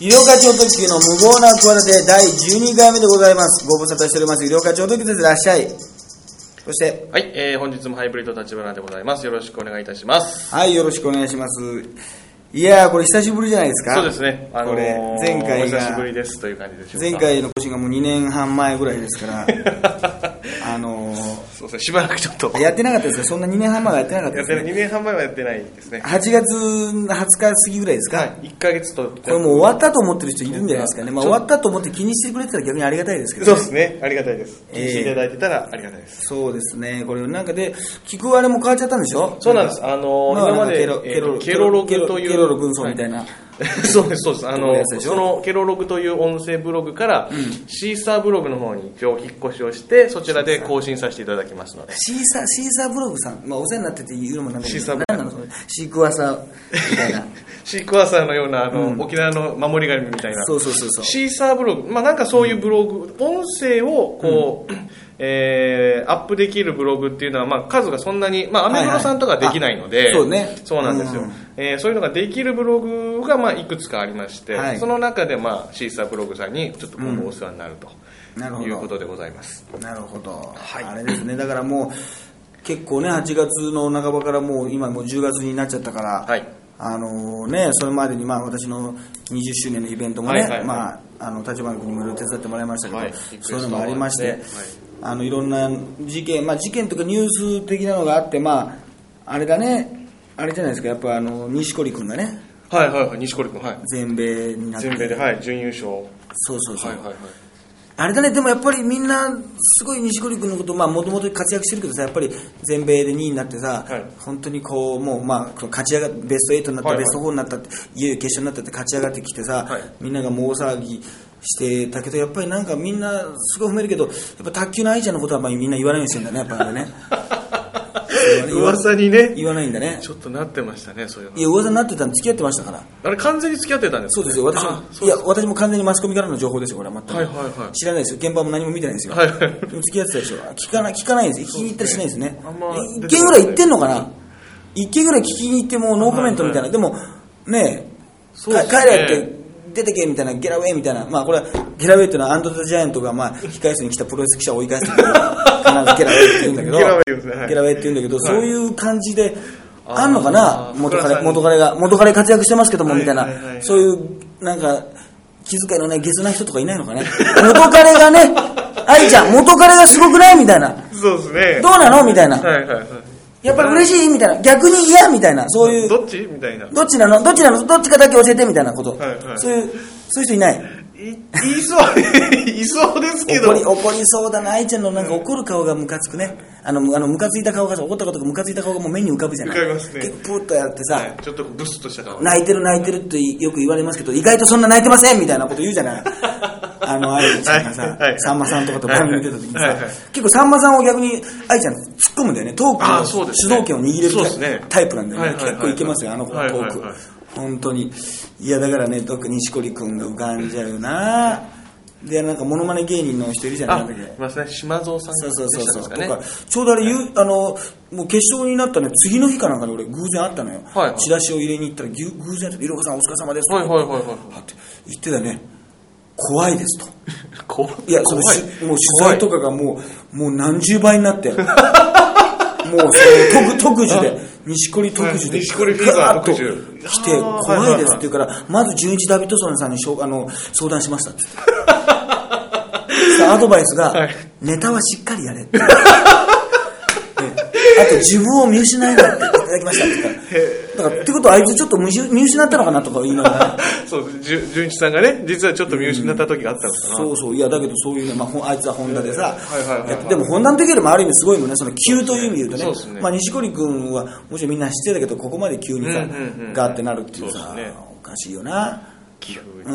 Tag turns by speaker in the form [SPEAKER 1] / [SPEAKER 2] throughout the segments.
[SPEAKER 1] 医療課長特急の無謀な企て第12回目でございます。ご無沙汰しております。医療課長特急です。いらっしゃい。そして、
[SPEAKER 2] はい、えー、本日もハイブリッド立花でございます。よろしくお願いいたします。
[SPEAKER 1] はい、よろしくお願いします。いやー、これ久しぶりじゃないですか。
[SPEAKER 2] そうですね、あのー、
[SPEAKER 1] これ、前
[SPEAKER 2] お
[SPEAKER 1] 回
[SPEAKER 2] 久しぶ
[SPEAKER 1] が、
[SPEAKER 2] りですという感じでしょうか。
[SPEAKER 1] 前回の更新がもう2年半前ぐらいです から、あの
[SPEAKER 2] そうですね、しばらくちょっと、
[SPEAKER 1] ー、やってなかったですね。そんな2年半前はやってなかったで
[SPEAKER 2] やっ
[SPEAKER 1] す
[SPEAKER 2] て
[SPEAKER 1] ね
[SPEAKER 2] ない、。2年半前はやってないですね。
[SPEAKER 1] 8月20日過ぎぐらいですか、
[SPEAKER 2] はい、1ヶ月と、
[SPEAKER 1] これもう終わったと思ってる人いるんじゃないですかね、まあ、
[SPEAKER 2] ち
[SPEAKER 1] 終
[SPEAKER 2] ょ
[SPEAKER 1] わったと思って気にしてくれてたら逆にありがたいですけど、
[SPEAKER 2] そうですね、ありがたいです。
[SPEAKER 1] えー
[SPEAKER 2] 聞いていただいてたらありがたいです。
[SPEAKER 1] そうですね、これ、なんかで、聞くあれも変わっちゃったんでしょ、
[SPEAKER 2] そうなんです、あのー、
[SPEAKER 1] まあ
[SPEAKER 2] 今まで、
[SPEAKER 1] なんか
[SPEAKER 2] えー
[SPEAKER 1] ケロ
[SPEAKER 2] ケロログ
[SPEAKER 1] ケロ
[SPEAKER 2] という、
[SPEAKER 1] ケロロ軍曹みたいな、
[SPEAKER 2] そうです、そうです。あ
[SPEAKER 1] こう
[SPEAKER 2] の
[SPEAKER 1] いうやつでしょ
[SPEAKER 2] そのケロログという音声ブログから、シーサーブログの方に一応引っ越しをして、そちらで更新させていただきますので。
[SPEAKER 1] シーサーシーサーブログさん、まあ、お世話になってて言うのもなんだけ
[SPEAKER 2] シー
[SPEAKER 1] ど、
[SPEAKER 2] サーブ
[SPEAKER 1] なんなのそれシークワーサーみたい な、
[SPEAKER 2] シークワーサーのようなあの、沖縄の守り神みたいな
[SPEAKER 1] そうそうそうそう
[SPEAKER 2] シーサーブログ、まあ、なんかそういうブログ、音声をこう、 えーアップできるブログっていうのは、まあ、数がそんなに、まあ、アメブロさんとかできないの
[SPEAKER 1] は
[SPEAKER 2] で、
[SPEAKER 1] いはいあそうね
[SPEAKER 2] なんですよ、
[SPEAKER 1] うん
[SPEAKER 2] えーそういうのができるブログが、まあ、いくつかありまして、
[SPEAKER 1] はい
[SPEAKER 2] その中で、まあ、シーサーブログさんにちょっと今後お世話になると、
[SPEAKER 1] なるほど
[SPEAKER 2] いうことでございます。
[SPEAKER 1] なるほど、あれですね、だからもう、結構ね、8月の半ばからもう、今、もう10月になっちゃったから、
[SPEAKER 2] はい
[SPEAKER 1] あのね、それまでに、まあ、私の20周年のイベントもね、
[SPEAKER 2] はいはいはい
[SPEAKER 1] まあ、あの立花君にもいろいろ手伝ってもらいましたけど、
[SPEAKER 2] はい
[SPEAKER 1] そういうのもありまして、
[SPEAKER 2] はい
[SPEAKER 1] あのいろんな事件、まあ、事件とかニュース的なのがあって、まあ、あれだね、あれじゃないですか、やっぱあの錦織君がね、
[SPEAKER 2] はいはいはい、西堀君、はい。
[SPEAKER 1] 全米になって、
[SPEAKER 2] 全米で、はい、準優勝。は
[SPEAKER 1] そうそうそう、
[SPEAKER 2] いはいはい。
[SPEAKER 1] あれだね、でもやっぱりみんな、すごい錦織君のこと、もともと活躍してるけどさ、やっぱり全米で2位になってさ、
[SPEAKER 2] はい
[SPEAKER 1] 本当にこう、もう、まあ、勝ち上がって、ベスト8になった、
[SPEAKER 2] はいはい
[SPEAKER 1] ベスト4になったって、いよいよ決勝になったって、勝ち上がってきてさ、
[SPEAKER 2] はい
[SPEAKER 1] みんながもう大騒ぎしてたけど、やっぱりなんかみんな、すごい褒めるけど、やっぱ卓球の愛ちゃんのことはまあみんな言わないようにしてんだね、やっぱあれね。 言わ
[SPEAKER 2] 噂にね、
[SPEAKER 1] 言わないんだね。
[SPEAKER 2] ちょっとなってましたね、そういうの
[SPEAKER 1] い。や、噂になってたの、付き合ってましたから。
[SPEAKER 2] あれ完全に付き合ってたんです
[SPEAKER 1] そう
[SPEAKER 2] か
[SPEAKER 1] ですよ、私も
[SPEAKER 2] あ、
[SPEAKER 1] いや、私も完全にマスコミからの情報ですよ、これは全く。
[SPEAKER 2] はいはいはい
[SPEAKER 1] 知らないですよ、現場も何も見てないですよ。
[SPEAKER 2] はいはい
[SPEAKER 1] でも付き合ってたでしょ。聞かない、聞かないんですよ。聞きに行ったりしないですね。
[SPEAKER 2] あんま
[SPEAKER 1] 一
[SPEAKER 2] 出て
[SPEAKER 1] 件
[SPEAKER 2] こ
[SPEAKER 1] ぐら
[SPEAKER 2] ない
[SPEAKER 1] い行ってんのかな一件ぐらい聞きに行ってもうノーコメントみたいな。でも、ねえ、
[SPEAKER 2] うで
[SPEAKER 1] か
[SPEAKER 2] すね
[SPEAKER 1] 帰れって、出てけみたいな、ゲラウェイみたいな。まあこれは、ゲラウェイっていうのはアンド・ザ・ジャイアントが、まあ、控え室に来たプロレス記者を追い返すっていう必ずゲラウェイって言うんだけど、
[SPEAKER 2] ゲラウェイですねはい
[SPEAKER 1] ゲラウェイって言うんだけど、そういう感じで、あんのか
[SPEAKER 2] あ
[SPEAKER 1] な
[SPEAKER 2] ー
[SPEAKER 1] 元
[SPEAKER 2] 福田
[SPEAKER 1] 彼、
[SPEAKER 2] さん
[SPEAKER 1] 元彼が、元彼活躍してますけども、
[SPEAKER 2] はい
[SPEAKER 1] みたいな
[SPEAKER 2] はいはいは。い
[SPEAKER 1] そういう、なんか、気遣いのね、ゲスな人とかいないのかね。元彼が ね、愛ちゃん、元彼がすごくないみたいな。
[SPEAKER 2] そうですね。
[SPEAKER 1] どうなのみたいな。
[SPEAKER 2] はいはいはい。
[SPEAKER 1] やっぱり嬉しいみたいな。逆に嫌みたいな。そういう、
[SPEAKER 2] どっちみたいな。
[SPEAKER 1] どっちなのどっちなのどっちかだけ教えてみたいなこと。
[SPEAKER 2] はいはい
[SPEAKER 1] そういう、そういう人いない。
[SPEAKER 2] い、いそう、 いそうですけ
[SPEAKER 1] 怒
[SPEAKER 2] ど
[SPEAKER 1] り、。怒りそうだな。愛ちゃんのなんか怒る顔がムカつくね。あの、あの、ムカついた顔がさ、怒ったことがムカついた顔がもう目に浮かぶじゃない
[SPEAKER 2] 浮かびますね
[SPEAKER 1] でプーッとやってさ、
[SPEAKER 2] はいちょっとブスッとした顔。
[SPEAKER 1] 泣いてる泣いてるってよく言われますけど、意外とそんな泣いてませんみたいなこと言うじゃ ない。あの、愛ちゃんが
[SPEAKER 2] は
[SPEAKER 1] さ
[SPEAKER 2] いはい、
[SPEAKER 1] さんまさんとかと番組出た時に
[SPEAKER 2] はい
[SPEAKER 1] さ
[SPEAKER 2] はいはい、
[SPEAKER 1] 結構さんまさんを逆に愛ちゃん突っ込むんだよね。トー
[SPEAKER 2] あー
[SPEAKER 1] ク
[SPEAKER 2] そう
[SPEAKER 1] の
[SPEAKER 2] で
[SPEAKER 1] 主
[SPEAKER 2] すね
[SPEAKER 1] 導権を握れる
[SPEAKER 2] そう
[SPEAKER 1] タ
[SPEAKER 2] で
[SPEAKER 1] イ
[SPEAKER 2] すね
[SPEAKER 1] タイプなんだよね。
[SPEAKER 2] はいはいはい
[SPEAKER 1] 結構いけますよ、あの子ト
[SPEAKER 2] はいはいはい
[SPEAKER 1] ーク。本当に。いや、だからね、特に錦織君が浮かんじゃうなで、なんかモノマネ芸人の人いるじゃない
[SPEAKER 2] あ、
[SPEAKER 1] なんだっけ
[SPEAKER 2] いますね。島蔵さん
[SPEAKER 1] そう
[SPEAKER 2] で
[SPEAKER 1] そうそう
[SPEAKER 2] した
[SPEAKER 1] そう、
[SPEAKER 2] かね
[SPEAKER 1] と。かちょうどあれ、ゆあのもう決勝になったね次の日かなんかで俺偶然会ったのよ、
[SPEAKER 2] はいはい
[SPEAKER 1] チラシを入れに行ったらぎゅ偶然会って「いろはさんお疲れ様です」
[SPEAKER 2] はいはいはいは
[SPEAKER 1] っ
[SPEAKER 2] い
[SPEAKER 1] て言ってたね怖いですと
[SPEAKER 2] こ
[SPEAKER 1] いやその
[SPEAKER 2] 怖
[SPEAKER 1] しもう取材とかがもうもう何十倍になって もうその特特需で錦織特需で
[SPEAKER 2] はい錦織フィーバ
[SPEAKER 1] ガ
[SPEAKER 2] ー
[SPEAKER 1] ーッと
[SPEAKER 2] 特需
[SPEAKER 1] 来て
[SPEAKER 2] あー
[SPEAKER 1] 怖いですって言うからまず純一ダビッドソンさんにしょうあの相談しましたって言っ てさあアドバイスが、
[SPEAKER 2] はい
[SPEAKER 1] ネタはしっかりやれってねあと自分を見失いなっていただきましたって言ったらだからってことはあいつちょっと見失見失ったのかなとか言いながら
[SPEAKER 2] そう、じゅ純一さんがね、実はちょっと見失った時があったのかな。
[SPEAKER 1] そうそういやだけどそういうね、まあほん、あいつはホンダでさ
[SPEAKER 2] はいはいはいはい
[SPEAKER 1] やってでもホンダの時よりもある意味すごいもんねその急という意味で言うと
[SPEAKER 2] そう
[SPEAKER 1] ね
[SPEAKER 2] ですね
[SPEAKER 1] まあ、錦織君はもちろんみんな知ってたけどここまで急にさ、
[SPEAKER 2] うんうんうん
[SPEAKER 1] ガーってなるっていうさ
[SPEAKER 2] そうですね
[SPEAKER 1] おかしいよな
[SPEAKER 2] 急に
[SPEAKER 1] うん、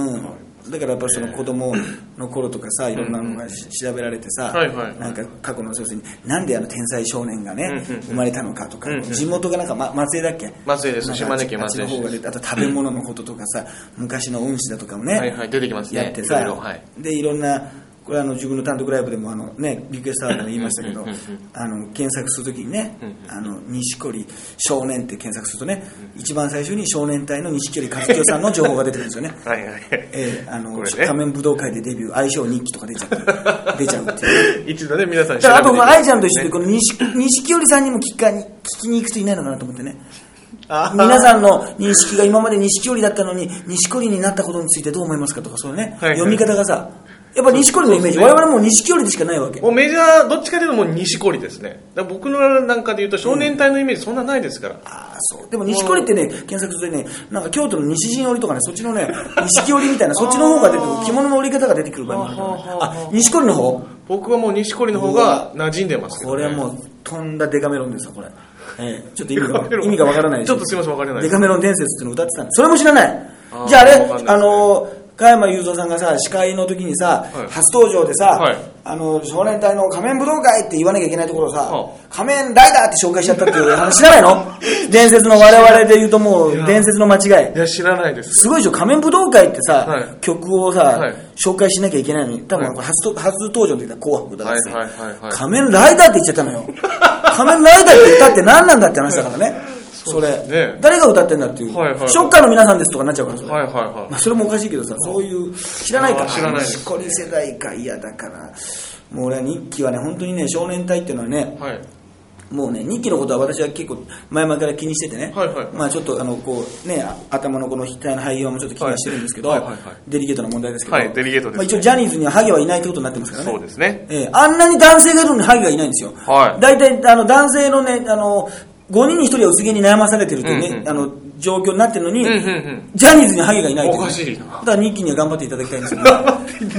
[SPEAKER 1] だからやっぱりその子供の頃とかさいろんなのがし調べられてさ、
[SPEAKER 2] はいはいはい
[SPEAKER 1] なんか過去の要するになんであの天才少年がね、
[SPEAKER 2] うんうん
[SPEAKER 1] 生まれたのかとか、
[SPEAKER 2] うんうん
[SPEAKER 1] 地元がなんか、ま、松江だっけ
[SPEAKER 2] 松江です
[SPEAKER 1] なんか
[SPEAKER 2] 島根県
[SPEAKER 1] あっち
[SPEAKER 2] 松江市
[SPEAKER 1] の方が出てあと食べ物のこととかさ、昔の恩師だとかもね、
[SPEAKER 2] はいはい、出てきま
[SPEAKER 1] っ
[SPEAKER 2] す
[SPEAKER 1] てやっ
[SPEAKER 2] ね
[SPEAKER 1] て。さ、
[SPEAKER 2] いろいろはい。
[SPEAKER 1] でいろんなこれあの自分の単独ライブでもあの、ね、リクエストアワ ーでも言いましたけどあの検索するときにね「あの錦織少年」って検索するとね一番最初に少年隊の錦織勝清さんの情報が出てくるんですよ ね
[SPEAKER 2] は いはい
[SPEAKER 1] ええあの
[SPEAKER 2] これね
[SPEAKER 1] 仮面武道会でデビュー相性日記とか出ちゃ って出ちゃうっていう
[SPEAKER 2] 一度ね皆さん
[SPEAKER 1] だからあとまあ愛ちゃんと一緒
[SPEAKER 2] ね
[SPEAKER 1] でこの錦錦織さんにも聞かに聞きに行く人いないのかなと思ってね
[SPEAKER 2] あー
[SPEAKER 1] 皆さんの認識が今まで錦織だったのに錦織になったことについてどう思いますかとかそういうね、
[SPEAKER 2] はいはい
[SPEAKER 1] 読み方がさやっぱ錦織のイメージ、
[SPEAKER 2] そうそうそう
[SPEAKER 1] 我々もう錦織でしかないわけ
[SPEAKER 2] もうメジャーどっちかというともう錦織ですねだから僕のなんかで言うと少年隊のイメージそんなないですから、
[SPEAKER 1] ああそうでも錦織ってね検索するとねなんか京都の西陣織とかねそっちのね錦織みたいなそっちの方が出てくる着物の織り方が出てくる場合もあるからね
[SPEAKER 2] はあはあ
[SPEAKER 1] あ
[SPEAKER 2] は
[SPEAKER 1] 錦織の方
[SPEAKER 2] 僕はもう錦織の方が馴染んでますけど
[SPEAKER 1] これはもうとんだデカメロンですよこれ、ええちょっと意味
[SPEAKER 2] デカメ
[SPEAKER 1] が
[SPEAKER 2] ロン
[SPEAKER 1] 意味がわからないで
[SPEAKER 2] ちょっとすいませんわからないで
[SPEAKER 1] デ
[SPEAKER 2] す
[SPEAKER 1] カメロン伝説っていうのを歌ってたんですそれも知らない
[SPEAKER 2] あー
[SPEAKER 1] じゃああれ、
[SPEAKER 2] わかんないですね
[SPEAKER 1] あのー加山雄三さんがさ司会の時にさ、
[SPEAKER 2] はい
[SPEAKER 1] 初登場でさ、
[SPEAKER 2] はい
[SPEAKER 1] あの少年隊の仮面武道会って言わなきゃいけないところをさ、
[SPEAKER 2] は
[SPEAKER 1] 仮面ライダーって紹介しちゃったっていう話知らない の伝説の我々で言うともう
[SPEAKER 2] や
[SPEAKER 1] 伝説の間違い
[SPEAKER 2] いや知らないです
[SPEAKER 1] すごいでしょ仮面武道会ってさ、
[SPEAKER 2] はい
[SPEAKER 1] 曲をさ、
[SPEAKER 2] はい
[SPEAKER 1] 紹介しなきゃいけないのに多分
[SPEAKER 2] はい
[SPEAKER 1] 初,、初登場の時だ紅白だからさ、
[SPEAKER 2] はいはいはいはい
[SPEAKER 1] 仮面ライダーって言っちゃったの よ仮面ライダーって言ったって何なんだって話だからねそれ
[SPEAKER 2] すね
[SPEAKER 1] 誰が歌ってんだっていう、
[SPEAKER 2] はいはい
[SPEAKER 1] ショッカーの皆さんですとかなっちゃうからそれ,、
[SPEAKER 2] はいはいは
[SPEAKER 1] まあ、それもおかしいけどさそういう知らないか
[SPEAKER 2] あー知らないです
[SPEAKER 1] しこり世代か嫌だからもう俺は日記はね本当にね少年隊っていうのはね
[SPEAKER 2] いはい
[SPEAKER 1] もうね日記のことは私は結構前々から気にしててね、
[SPEAKER 2] はいはい
[SPEAKER 1] まあ、ちょっとあのこう、ね、あ頭のこの額の肺炎もちょっと気にはしてるんですけど、
[SPEAKER 2] はいはいはいはい
[SPEAKER 1] デリケートな問題ですけど、
[SPEAKER 2] はいデリケートですね
[SPEAKER 1] まあ、一応ジャニーズにはハゲはいないってことになってますからね
[SPEAKER 2] そうですね
[SPEAKER 1] ええあんなに男性がいるのにハゲがいないんですよ、
[SPEAKER 2] はい
[SPEAKER 1] 大体あの男性の,、ね、あの5人に1人は薄毛に悩まされてるという、ね
[SPEAKER 2] うんうん
[SPEAKER 1] あの状況になってるのに、
[SPEAKER 2] うんうんうん
[SPEAKER 1] ジャニーズにハゲがいないとう
[SPEAKER 2] おかしいな
[SPEAKER 1] だから日記には頑張っていただきたいん ですけど、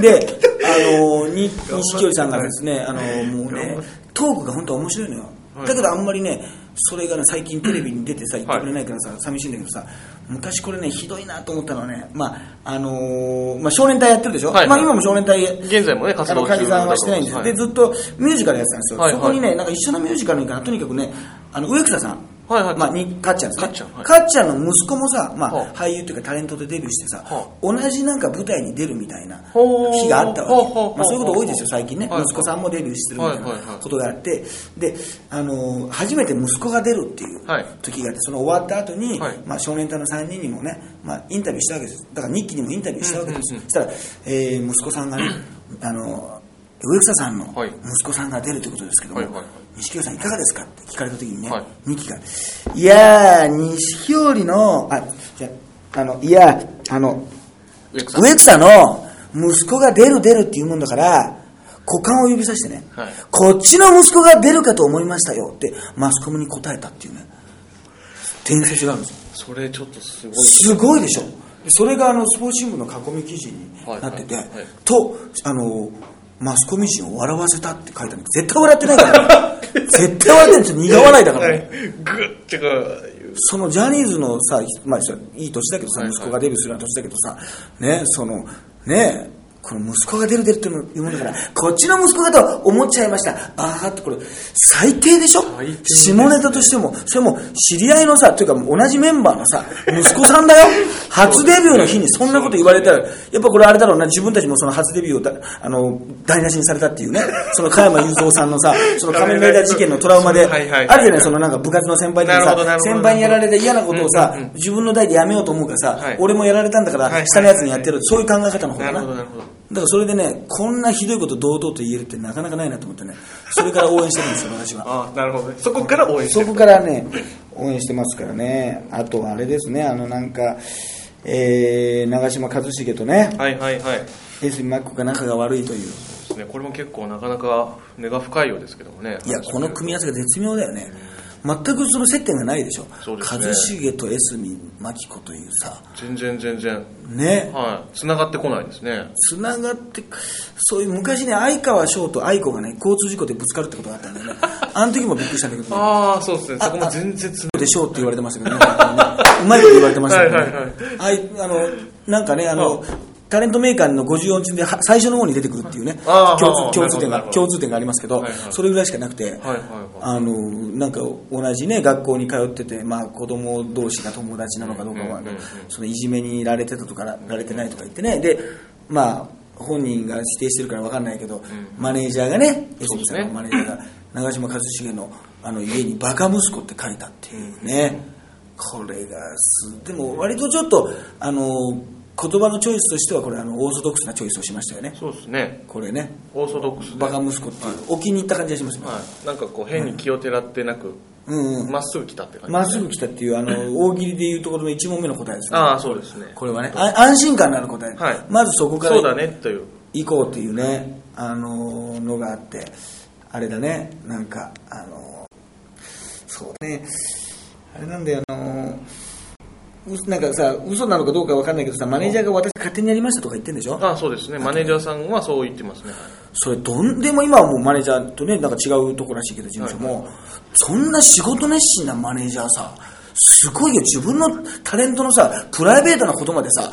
[SPEAKER 1] で、あのに錦織さんがですね、あのもうね、トークが本当は面白いのよ、
[SPEAKER 2] はい
[SPEAKER 1] だけどあんまりね、それがね、最近テレビに出てさ、言ってくれないからさ、寂しいんだけどさ、昔これね、ひどいなと思ったのはね、まああのーまあ、少年隊やってるでしょ、
[SPEAKER 2] はい
[SPEAKER 1] まあ、今も少年隊
[SPEAKER 2] 現在もね活動中
[SPEAKER 1] あの患者さんはしてないんですよ、
[SPEAKER 2] はい
[SPEAKER 1] でずっとミュージカルやってたんですよ、
[SPEAKER 2] はいはい
[SPEAKER 1] そこにねなんか一緒のミュージカルに行かなとにかくねあの植草さん、
[SPEAKER 2] はいはい
[SPEAKER 1] まあ、にかっちゃんですね
[SPEAKER 2] かっちゃんはい
[SPEAKER 1] かっちゃんの息子もさ、ま
[SPEAKER 2] は
[SPEAKER 1] あ、
[SPEAKER 2] あ
[SPEAKER 1] 俳優というかタレントでデビューしてさ、
[SPEAKER 2] は
[SPEAKER 1] 同じなんか舞台に出るみたいな
[SPEAKER 2] ほう
[SPEAKER 1] 日があった
[SPEAKER 2] ほう
[SPEAKER 1] わ
[SPEAKER 2] ほうほうほ
[SPEAKER 1] け、
[SPEAKER 2] う
[SPEAKER 1] まあ、そういうこと多いですよ最近ね、
[SPEAKER 2] はいはい
[SPEAKER 1] 息子さんもデビューしてるみたいな
[SPEAKER 2] はいはいはい
[SPEAKER 1] ことがあってで、あのー初めて息子が出るっていう
[SPEAKER 2] はい
[SPEAKER 1] 時があってその終わった後に、
[SPEAKER 2] はい
[SPEAKER 1] まあ、少年隊の3人にもね、まあ、インタビューしたわけですだから日記にもインタビューしたわけです、
[SPEAKER 2] うんうん
[SPEAKER 1] そしたら、えー息子さんがね あの植草さんの
[SPEAKER 2] はい
[SPEAKER 1] 息子さんが出るということですけども、
[SPEAKER 2] はいはいはい
[SPEAKER 1] 錦織さんいかがですかって聞かれた時にね、
[SPEAKER 2] はい
[SPEAKER 1] 二木が「いやー錦織のあじゃあのいやーあの
[SPEAKER 2] 植草
[SPEAKER 1] 植草の息子が出る出るって言うもんだから股間を指さしてね、
[SPEAKER 2] はい
[SPEAKER 1] こっちの息子が出るかと思いましたよってマスコミに答えたっていうね伝説があるんですよ
[SPEAKER 2] それちょっとすごい
[SPEAKER 1] すごいでしょそれがあのスポーツ新聞の囲み記事になってて、
[SPEAKER 2] はいはいはい
[SPEAKER 1] とあのマスコミ陣を笑わせたって書いてある絶対笑ってない から、ね、絶対笑ってないんですよ苦笑いだから、ね
[SPEAKER 2] はいグッてか
[SPEAKER 1] そのジャニーズのさ、まあ、いい年だけどさ、
[SPEAKER 2] はいはい
[SPEAKER 1] 息子がデビューするような年だけどさ、ね、その、ね、この息子が出る出るっていうの言うもんだから、こっちの息子がと思っちゃいました。ああってこれ、最低でしょ
[SPEAKER 2] 低です
[SPEAKER 1] 下ネタとしても、それも知り合いのさ、というかもう同じメンバーのさ、息子さんだ よ。初デビューの日にそんなこと言われたら、やっぱこれあれだろうな、自分たちもその初デビューをだあの、台無しにされたっていうね、その加山雄三さんのさ、その 仮面ライダー事件のトラウマで、あ
[SPEAKER 2] はい
[SPEAKER 1] るじ
[SPEAKER 2] はい
[SPEAKER 1] ゃない、そのなんか部活の先輩
[SPEAKER 2] なるほど
[SPEAKER 1] さ
[SPEAKER 2] なるほど
[SPEAKER 1] 先輩にやられて嫌なことをさ
[SPEAKER 2] うんうんうん
[SPEAKER 1] 自分の代でやめようと思うから
[SPEAKER 2] は
[SPEAKER 1] さ
[SPEAKER 2] い
[SPEAKER 1] 俺もやられたんだか
[SPEAKER 2] はいはいは
[SPEAKER 1] ら
[SPEAKER 2] い
[SPEAKER 1] 下のやつにやってるそういう考え方の方
[SPEAKER 2] な
[SPEAKER 1] が
[SPEAKER 2] る
[SPEAKER 1] な
[SPEAKER 2] ほど
[SPEAKER 1] だか
[SPEAKER 2] なるほど
[SPEAKER 1] らそれでねこんなひどいこと堂々と言えるってなかなかないなと思ってねそれから応援してるん ですよ私は
[SPEAKER 2] あなるほどねそこから応援して
[SPEAKER 1] そ
[SPEAKER 2] る
[SPEAKER 1] こからね応援してますからねあとはあれですねあのなんかえー長嶋一茂とね
[SPEAKER 2] はいはいはいで
[SPEAKER 1] 江角真紀子が仲が悪いという
[SPEAKER 2] すねこれも結構なかなか根が深いようですけどもね
[SPEAKER 1] いやこの組み合わせが絶妙だよね全くその接点がないでしょ
[SPEAKER 2] そうですね
[SPEAKER 1] 一茂と江角真紀子というさ
[SPEAKER 2] 全然全然
[SPEAKER 1] ね
[SPEAKER 2] はい繋がってこないですね
[SPEAKER 1] つながってくそういう昔ね相川翔と愛子がね交通事故でぶつかるってことがあったんだよねあの時もびっくりしたんだけどね
[SPEAKER 2] ああそうですねそこも全然つな
[SPEAKER 1] でしょうって言われてましたけどね うまいこと言われてましたけどね、
[SPEAKER 2] はいはいはい
[SPEAKER 1] あいあのなんかねあのタレントメーカーの54人では最初の方に出てくるっていうね
[SPEAKER 2] あー
[SPEAKER 1] 共
[SPEAKER 2] あー
[SPEAKER 1] 通共通点が
[SPEAKER 2] なるほど
[SPEAKER 1] 共通点がありますけど、
[SPEAKER 2] はいはい
[SPEAKER 1] それぐらいしかなくて、
[SPEAKER 2] はいはい
[SPEAKER 1] あのなんか同じね学校に通ってて、まあ、子供同士が友達なのかどうかは、
[SPEAKER 2] うんうんうんうん
[SPEAKER 1] そのいじめにいられてたとからられてないとか言ってねでまあ本人が指定してるから分かんないけど、マネージャーがね、エス
[SPEAKER 2] そう
[SPEAKER 1] ミ
[SPEAKER 2] です
[SPEAKER 1] さ
[SPEAKER 2] ね
[SPEAKER 1] んのマネージャーが、長嶋一茂のあの家にバカ息子って書いたっていうね、これがす、でも割とちょっと、あの、言葉のチョイスとしては、これ、あの、オーソドックスなチョイスをしましたよね。
[SPEAKER 2] そうですね
[SPEAKER 1] これね、
[SPEAKER 2] オーソドックスで
[SPEAKER 1] バカ息子っていう、お気に入った感じがしますね。
[SPEAKER 2] はい、なんかこう変に気をてらってなく
[SPEAKER 1] うんうん
[SPEAKER 2] まっすぐ来たって感じ
[SPEAKER 1] まっすぐ来たっていう、あ の、大喜利でいうところの1問目の答えですね。
[SPEAKER 2] ああそうですね
[SPEAKER 1] これはね、あ安心感のある答え。
[SPEAKER 2] はい
[SPEAKER 1] まずそこから
[SPEAKER 2] そうだねという
[SPEAKER 1] 行こうっていうね、あのーのがあってあれだねなんかあのーそうだねあれなんだよあのーうなんかさ嘘なのかどうかわかんないけどさマネージャーが私勝手にやりましたとか言ってんでしょ
[SPEAKER 2] ああそうですねマネージャーさんはそう言ってますね
[SPEAKER 1] それどんでも今はもうマネージャーとねなんか違うとこらしいけど事務所も、そんな仕事熱心なマネージャーさすごいよ自分のタレントのさプライベートなことまでさ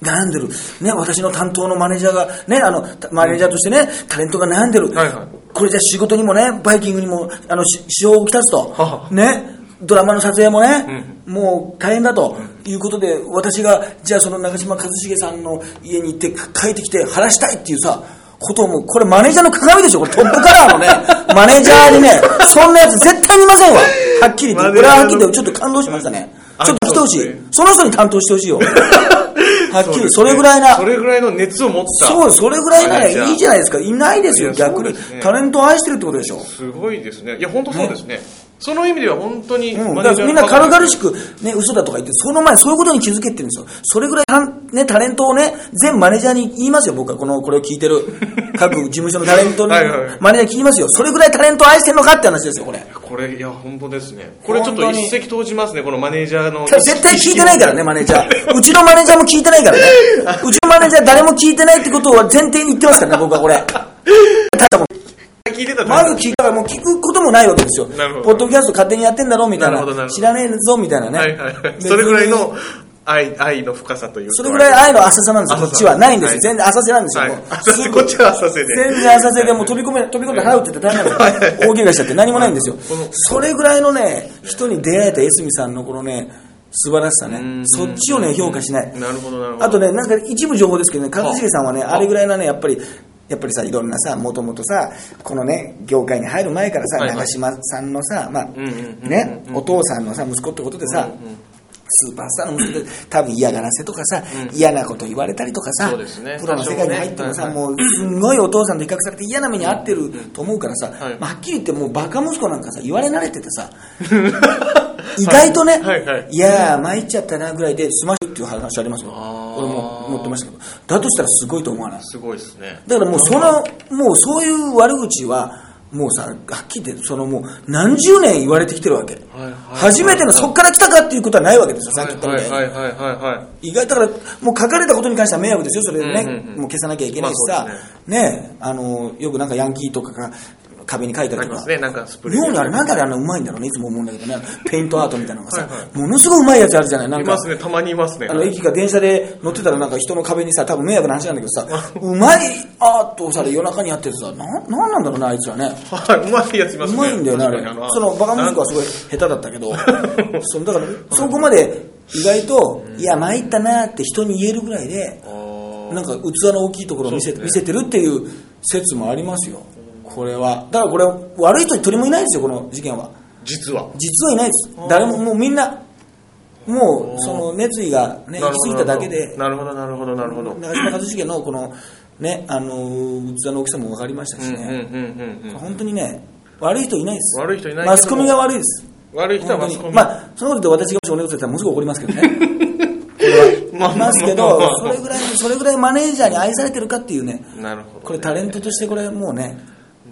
[SPEAKER 1] 悩んでる、ね、私の担当のマネージャーが、ね、あのたマネージャーとしてね、タレントが悩んでる、
[SPEAKER 2] はいはい
[SPEAKER 1] これじゃ仕事にもね、バイキングにもあのし支障をきたすと、
[SPEAKER 2] はは
[SPEAKER 1] ね、ドラマの撮影もね、もう大変だということで、私がじゃあその長嶋一茂さんの家に行ってか帰ってきて話したいっていうさことをもうこれマネージャーの鏡でしょこれトップカラ ーのねマネージャーにねそんなやつ絶対見ませんわはっきり言って
[SPEAKER 2] マ
[SPEAKER 1] 俺
[SPEAKER 2] ネージャーの
[SPEAKER 1] ははっきり言ってちょっと感動しましたね
[SPEAKER 2] あ
[SPEAKER 1] ちょっと来てほし
[SPEAKER 2] そ
[SPEAKER 1] い
[SPEAKER 2] うですね
[SPEAKER 1] その人に担当してほしい よ はっきりそれぐらい
[SPEAKER 2] そ
[SPEAKER 1] な
[SPEAKER 2] れぐらいの熱を持った
[SPEAKER 1] そうそれぐらいなら
[SPEAKER 2] マネージャー
[SPEAKER 1] いいじゃないですかいないですよ
[SPEAKER 2] いやそう
[SPEAKER 1] 逆に
[SPEAKER 2] ですね
[SPEAKER 1] タレントを愛してるってことでしょ
[SPEAKER 2] すごいですねいや本当そうですねその意味では本当に
[SPEAKER 1] うん、
[SPEAKER 2] マ
[SPEAKER 1] だ
[SPEAKER 2] ネ
[SPEAKER 1] か
[SPEAKER 2] ージャ
[SPEAKER 1] ら
[SPEAKER 2] ー
[SPEAKER 1] みんな軽々しく、ね、嘘だとか言って、その前、そういうことに気づけって言うんですよ。それぐらいたん、ね、タレントをね、全マネージャーに言いますよ、僕は、この、これを聞いて る、各事務所のタレントに、
[SPEAKER 2] はいはいはい
[SPEAKER 1] マネージャーに聞きますよ。それぐらいタレントを愛してんのかって話ですよ、これ。
[SPEAKER 2] これいや本当ですねこれちょっと
[SPEAKER 1] 本当に
[SPEAKER 2] 一石投じますねこのマネージャーの
[SPEAKER 1] 絶対聞いてないからね、マネージャー。うちのマネージャーも聞いてないから ね。うちのマネージャー誰も聞いてないってことは前提に言ってますからね、僕はこれ。ただもう
[SPEAKER 2] 聞いてた
[SPEAKER 1] まず聞いたからもう聞くこともないわけですよ。
[SPEAKER 2] なるほど
[SPEAKER 1] ポッドキャスト勝手にやってんだろみたいな
[SPEAKER 2] なるほどなるほど
[SPEAKER 1] 知らねえぞみたいなね。
[SPEAKER 2] はいはいはい
[SPEAKER 1] で
[SPEAKER 2] それぐらいの愛愛の深さというか
[SPEAKER 1] それぐらい愛の浅さなんですよ、こ
[SPEAKER 2] 浅さ
[SPEAKER 1] っちは。ないんですよ
[SPEAKER 2] は。い
[SPEAKER 1] 全然浅瀬なんですよ。
[SPEAKER 2] はい
[SPEAKER 1] もう
[SPEAKER 2] 浅瀬こっちは浅瀬で
[SPEAKER 1] 全然浅瀬で、もう飛び込め、飛び込んで払うって言って大変なんですよ。大怪我しちゃって何もないんですよ
[SPEAKER 2] この。
[SPEAKER 1] それぐらいのね、人に出会えた江角さんのこのね、素晴らしさね
[SPEAKER 2] ん。
[SPEAKER 1] そっちをね、評価しない。
[SPEAKER 2] なるほどなるほど
[SPEAKER 1] あとね、なんか一部情報ですけどね、一茂さんはね、
[SPEAKER 2] あ
[SPEAKER 1] あれぐらいのね、やっぱり、やっぱりさ、いろんなさ、もともとさ、このね、業界に入る前からさ、
[SPEAKER 2] はいは
[SPEAKER 1] 長
[SPEAKER 2] い
[SPEAKER 1] 嶋さんのさ、まあ、
[SPEAKER 2] んうんうん
[SPEAKER 1] ね、お父さんのさ、息子ってことでさ、スーパースターの息子で多分嫌がらせとかさ、嫌なこと言われたりとかさ、
[SPEAKER 2] そうですね
[SPEAKER 1] プロの世界に入っても
[SPEAKER 2] 多
[SPEAKER 1] さ、
[SPEAKER 2] 少ね
[SPEAKER 1] もうすんごいお父さんと比較されて嫌な目に遭ってると思うからさ、
[SPEAKER 2] はい
[SPEAKER 1] まあはっきり言ってもうバカ息子なんかさ、言われ慣れてて さ、意外とね、
[SPEAKER 2] はいはい
[SPEAKER 1] いやー、参っちゃったなぐらいで済ましっていう話ありますよ。
[SPEAKER 2] あー
[SPEAKER 1] 俺も持ってましたけど。だとしたらすごいと思わない。
[SPEAKER 2] すごいですね
[SPEAKER 1] だからもうその、もうそういう悪口は、もうさ、はっきり言って、そのもう何十年言われてきてるわけ。
[SPEAKER 2] はいはい
[SPEAKER 1] 初めてのそっから来たかっていうことはないわけですよ、さっき言ったみたいに。
[SPEAKER 2] はいはいはいはいはい
[SPEAKER 1] 意外だから、もう書かれたことに関しては迷惑ですよ、それでね、
[SPEAKER 2] うんうんうん
[SPEAKER 1] もう消さなきゃいけないしさ、
[SPEAKER 2] まあ
[SPEAKER 1] ねあのよくなんかヤンキーとかが壁に書いた
[SPEAKER 2] あ
[SPEAKER 1] り
[SPEAKER 2] り
[SPEAKER 1] と
[SPEAKER 2] ま
[SPEAKER 1] か
[SPEAKER 2] す、ねなんかスプレー
[SPEAKER 1] 妙にあれ、なんであれあんなうまいんだろうね、いつも思うんだけどね、ペイントアートみたいなのがさ、
[SPEAKER 2] はいは
[SPEAKER 1] ものすごいうまいやつあるじゃない、ないん
[SPEAKER 2] ま
[SPEAKER 1] か。
[SPEAKER 2] すねたまにいますね
[SPEAKER 1] あの駅が電車で乗ってたらなんか人の壁にさ多分迷惑な話なんだけど さうまいアートをさ夜中にやっててさなんなんなんだろうなあいつらね
[SPEAKER 2] はいうまいやついます
[SPEAKER 1] う
[SPEAKER 2] ね
[SPEAKER 1] まいんだよねあれ
[SPEAKER 2] 確かに
[SPEAKER 1] そのバカ息子はすごい下手だったけ どそのだからそこまで意外といや参ったなーって人に言えるぐらいで
[SPEAKER 2] あー
[SPEAKER 1] なんか器の大きいところを見せ,、
[SPEAKER 2] そう
[SPEAKER 1] 見
[SPEAKER 2] です
[SPEAKER 1] せてるっていう説もありますよこれはだからこれ悪い人一人もいないですよこの事件は
[SPEAKER 2] 実は
[SPEAKER 1] 実はいないです誰ももうみんなもうその熱意がね行き過ぎただけで
[SPEAKER 2] なるほどなるほどなるほどなる
[SPEAKER 1] 長嶋一茂のこのねあのー器の大きさも分かりました
[SPEAKER 2] ほどう
[SPEAKER 1] し
[SPEAKER 2] んうん
[SPEAKER 1] ね、
[SPEAKER 2] うんうんうん
[SPEAKER 1] 本当にね悪い人いないです
[SPEAKER 2] 悪い人いないけども
[SPEAKER 1] マスコミが悪いです
[SPEAKER 2] 悪い人はマ
[SPEAKER 1] 本
[SPEAKER 2] ス
[SPEAKER 1] 当
[SPEAKER 2] コ
[SPEAKER 1] に
[SPEAKER 2] ミ
[SPEAKER 1] まあそのことで私がもしお願いしたらもうすぐ怒りますけどねい ますけどそれぐらいそれぐらいマネージャーに愛されてるかっていうね
[SPEAKER 2] なるほどね
[SPEAKER 1] これタレントとしてこれもうね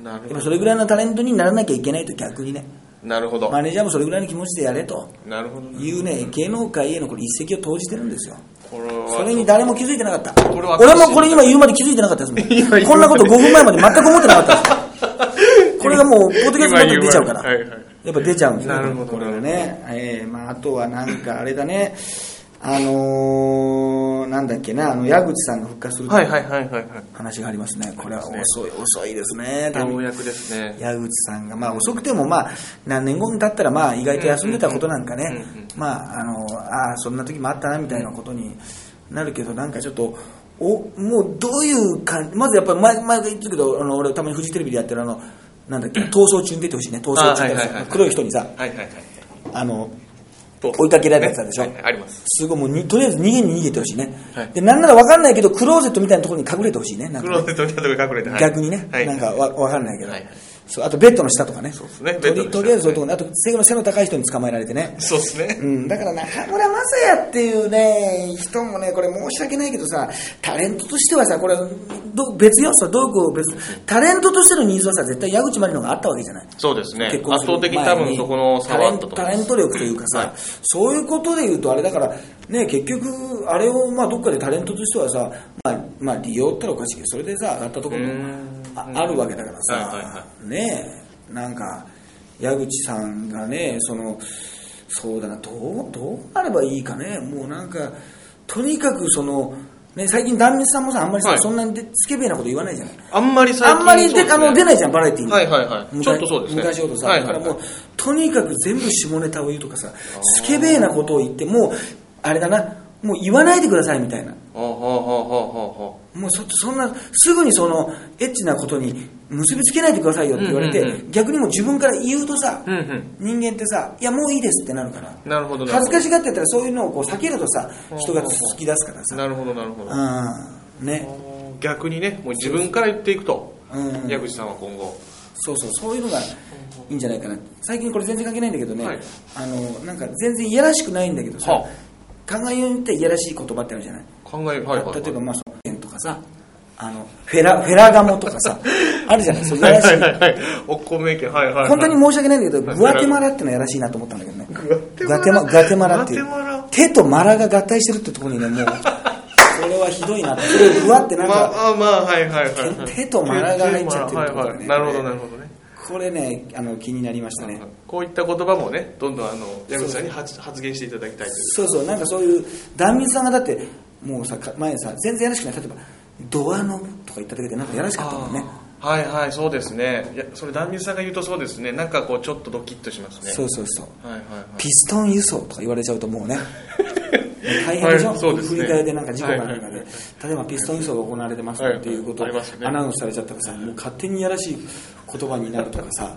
[SPEAKER 2] な
[SPEAKER 1] やっ
[SPEAKER 2] るほ
[SPEAKER 1] ぱ
[SPEAKER 2] ど
[SPEAKER 1] それぐらいのタレントにならなきゃいけないと逆にね
[SPEAKER 2] なるほど
[SPEAKER 1] マネージャーもそれぐらいの気持ちでやれと
[SPEAKER 2] なるほどね
[SPEAKER 1] いうね芸能界へのこれ一石を投じてるんですよ
[SPEAKER 2] これは
[SPEAKER 1] それに誰も気づいてなかった
[SPEAKER 2] れは
[SPEAKER 1] 俺もこれ今言うまで気づいてなかったですもん
[SPEAKER 2] 今言う
[SPEAKER 1] こんなこと5分前まで全く思ってなかったですこれがもうポッドキャストの中に出ちゃうから
[SPEAKER 2] 今言うまではいはい
[SPEAKER 1] やっぱ出ちゃうんですね
[SPEAKER 2] なるほど
[SPEAKER 1] これがね、えーまあ、あとはなんかあれだねあのー、なんだっけなあの矢口さんが復活するって
[SPEAKER 2] はいいうはいはいはいはい
[SPEAKER 1] 話がありますねこれは
[SPEAKER 2] りま
[SPEAKER 1] 遅い遅いですね多
[SPEAKER 2] よう
[SPEAKER 1] 分
[SPEAKER 2] やくですね
[SPEAKER 1] 矢口さんが、まあ、遅くても、まあ、何年後に経ったら、まあ、意外と休んでたことなんか
[SPEAKER 2] うんうん
[SPEAKER 1] ね
[SPEAKER 2] うんうん、
[SPEAKER 1] まあ、あの、ああ、そんな時もあったな、みたいなことになるけど、なんかちょっと、おもうどういう感じまずやっぱり前前が言ってるけどあの俺たまにフジテレビでやってるあのなんだ っけ逃走中に出てほしいね逃走中って
[SPEAKER 2] あはいはいはい
[SPEAKER 1] 黒い人にさ
[SPEAKER 2] はいはいはい
[SPEAKER 1] あの
[SPEAKER 2] と
[SPEAKER 1] 追いかけられるやつあるでしょ
[SPEAKER 2] はいはいあります
[SPEAKER 1] すごいもうにとりあえず逃げに逃げてほしいね、
[SPEAKER 2] はい
[SPEAKER 1] でなんなら分かんないけどクローゼットみたいなところに隠れてほしいねなん
[SPEAKER 2] ク
[SPEAKER 1] か
[SPEAKER 2] ローゼットみたいなとこに隠れてはい
[SPEAKER 1] 逆にね、
[SPEAKER 2] はい
[SPEAKER 1] なんかわ分かんないけど、
[SPEAKER 2] はいはい
[SPEAKER 1] そうあとベッドの下とかね
[SPEAKER 2] ですね
[SPEAKER 1] と
[SPEAKER 2] ベッ
[SPEAKER 1] りと
[SPEAKER 2] ドの下
[SPEAKER 1] りあえずそういうところにあと背の背の高い人に捕まえられてね
[SPEAKER 2] そうですね
[SPEAKER 1] うん、だから中村雅也っていうね、人もね、これ申し訳ないけどさ、タレントとしてはさ、これ、ど別要素はどうこう別、タレントとしてのニーズはさ、絶対矢口まりのがあったわけじゃない。
[SPEAKER 2] そうですね
[SPEAKER 1] 結
[SPEAKER 2] 圧
[SPEAKER 1] 婚する
[SPEAKER 2] 倒的に多分そこの差はあったと思い
[SPEAKER 1] タ
[SPEAKER 2] ま
[SPEAKER 1] レン
[SPEAKER 2] す
[SPEAKER 1] トタレント力というかさ、
[SPEAKER 2] はい
[SPEAKER 1] そういうことで言うと、あれだから、ね、結局、あれを、まあ、どっかでタレントとしてはさ、まあ、まあ、利用ったらおかしいけど、それでさ、上がったところ
[SPEAKER 2] うー
[SPEAKER 1] も
[SPEAKER 2] ん
[SPEAKER 1] ああるわけだからさ、
[SPEAKER 2] はいはいは
[SPEAKER 1] ねえ、なんか、矢口さんがね、その、そうだな、どう、どうなればいいかね、もうなんか、とにかくその、ね、最近、壇蜜さんもさ、あんまりさ、
[SPEAKER 2] はい
[SPEAKER 1] そんなにでつけべえなこと言わないじゃない。
[SPEAKER 2] あんまり最近
[SPEAKER 1] あんまり
[SPEAKER 2] そう
[SPEAKER 1] で、
[SPEAKER 2] です
[SPEAKER 1] あ
[SPEAKER 2] ね
[SPEAKER 1] の出ないじゃん、バラエティーに。
[SPEAKER 2] はいはいはい
[SPEAKER 1] 昔
[SPEAKER 2] ちょっとそうですね
[SPEAKER 1] 昔ほどさ、
[SPEAKER 2] はいはい
[SPEAKER 1] だ
[SPEAKER 2] はい
[SPEAKER 1] からもうとにかく全部下ネタを言うとかさスケベーなことを言ってもうあれだなもう言わないでくださいみたいな
[SPEAKER 2] ほうほうほうほうほうほう
[SPEAKER 1] もうそそんなすぐにそのエッチなことに結びつけないでくださいよって言われて、
[SPEAKER 2] うんうんう
[SPEAKER 1] 逆にもう自分から言うとさ、
[SPEAKER 2] うんうん
[SPEAKER 1] 人間ってさいやもういいですってなるから
[SPEAKER 2] なるほどな
[SPEAKER 1] 恥
[SPEAKER 2] るほ
[SPEAKER 1] ず
[SPEAKER 2] ど
[SPEAKER 1] かしがってたらそういうのをこう避けるとさ人が突き出すからさ
[SPEAKER 2] なるほどなるほど
[SPEAKER 1] うんね
[SPEAKER 2] 逆にねもう自分から言っていくと
[SPEAKER 1] うん
[SPEAKER 2] 矢口さんは今後
[SPEAKER 1] そうそうそういうのがいいんじゃないかな最近これ全然関係ないんだけどね、
[SPEAKER 2] はい
[SPEAKER 1] あのなんか全然いやらしくないんだけどさ、
[SPEAKER 2] は
[SPEAKER 1] 考えようによっていやらしい言葉ってあるじゃない、
[SPEAKER 2] 考えはいはいはい
[SPEAKER 1] 例えばまあそのペンとかさあのフェラフェラガモとかさ あるじゃないそういやらしい
[SPEAKER 2] はいはいはいはいお米券はいはいはい
[SPEAKER 1] 本当に申し訳ないんだけど、
[SPEAKER 2] はい
[SPEAKER 1] グアテマラってのはやらしいなと思ったんだけどね。
[SPEAKER 2] グアテマラ
[SPEAKER 1] ガテマラっていう
[SPEAKER 2] ガテマラ。
[SPEAKER 1] 手とマラが合体してるってところにね、もう、それはひどいなって。それをグワってなん
[SPEAKER 2] ま
[SPEAKER 1] か、
[SPEAKER 2] あまあはいはいはいはい
[SPEAKER 1] 手とマラが入っちゃってるってこと
[SPEAKER 2] は
[SPEAKER 1] だ
[SPEAKER 2] いは
[SPEAKER 1] ね
[SPEAKER 2] いなるほどなるほどね
[SPEAKER 1] これね、あの、気になりましたね。
[SPEAKER 2] こういった言葉もねどんどんあの矢口さんに発発言していただきたいという
[SPEAKER 1] そうそう、なんかそういう、壇蜜さんがだって、もうさ、か前さ、全然やらしくない。例えば、ドアノブとか言っただけでなんかやらしかったもんね。
[SPEAKER 2] はいはいそうですねいやそれ壇蜜さんが言うとそうですねなんかこうちょっとドキッとしますね
[SPEAKER 1] そうそうそう。
[SPEAKER 2] はいはいはい
[SPEAKER 1] ピストン輸送とか言われちゃうと もうね大変でしょ、
[SPEAKER 2] はいそうですね
[SPEAKER 1] 振り替えでなんか事故がなんか
[SPEAKER 2] はい
[SPEAKER 1] で、
[SPEAKER 2] はい
[SPEAKER 1] 例えばピストン輸送が行われてます
[SPEAKER 2] はい
[SPEAKER 1] っていうことを
[SPEAKER 2] ありますね
[SPEAKER 1] アナウンスされちゃったらさ、もう勝手にやらしい言葉になるとかさ、
[SPEAKER 2] は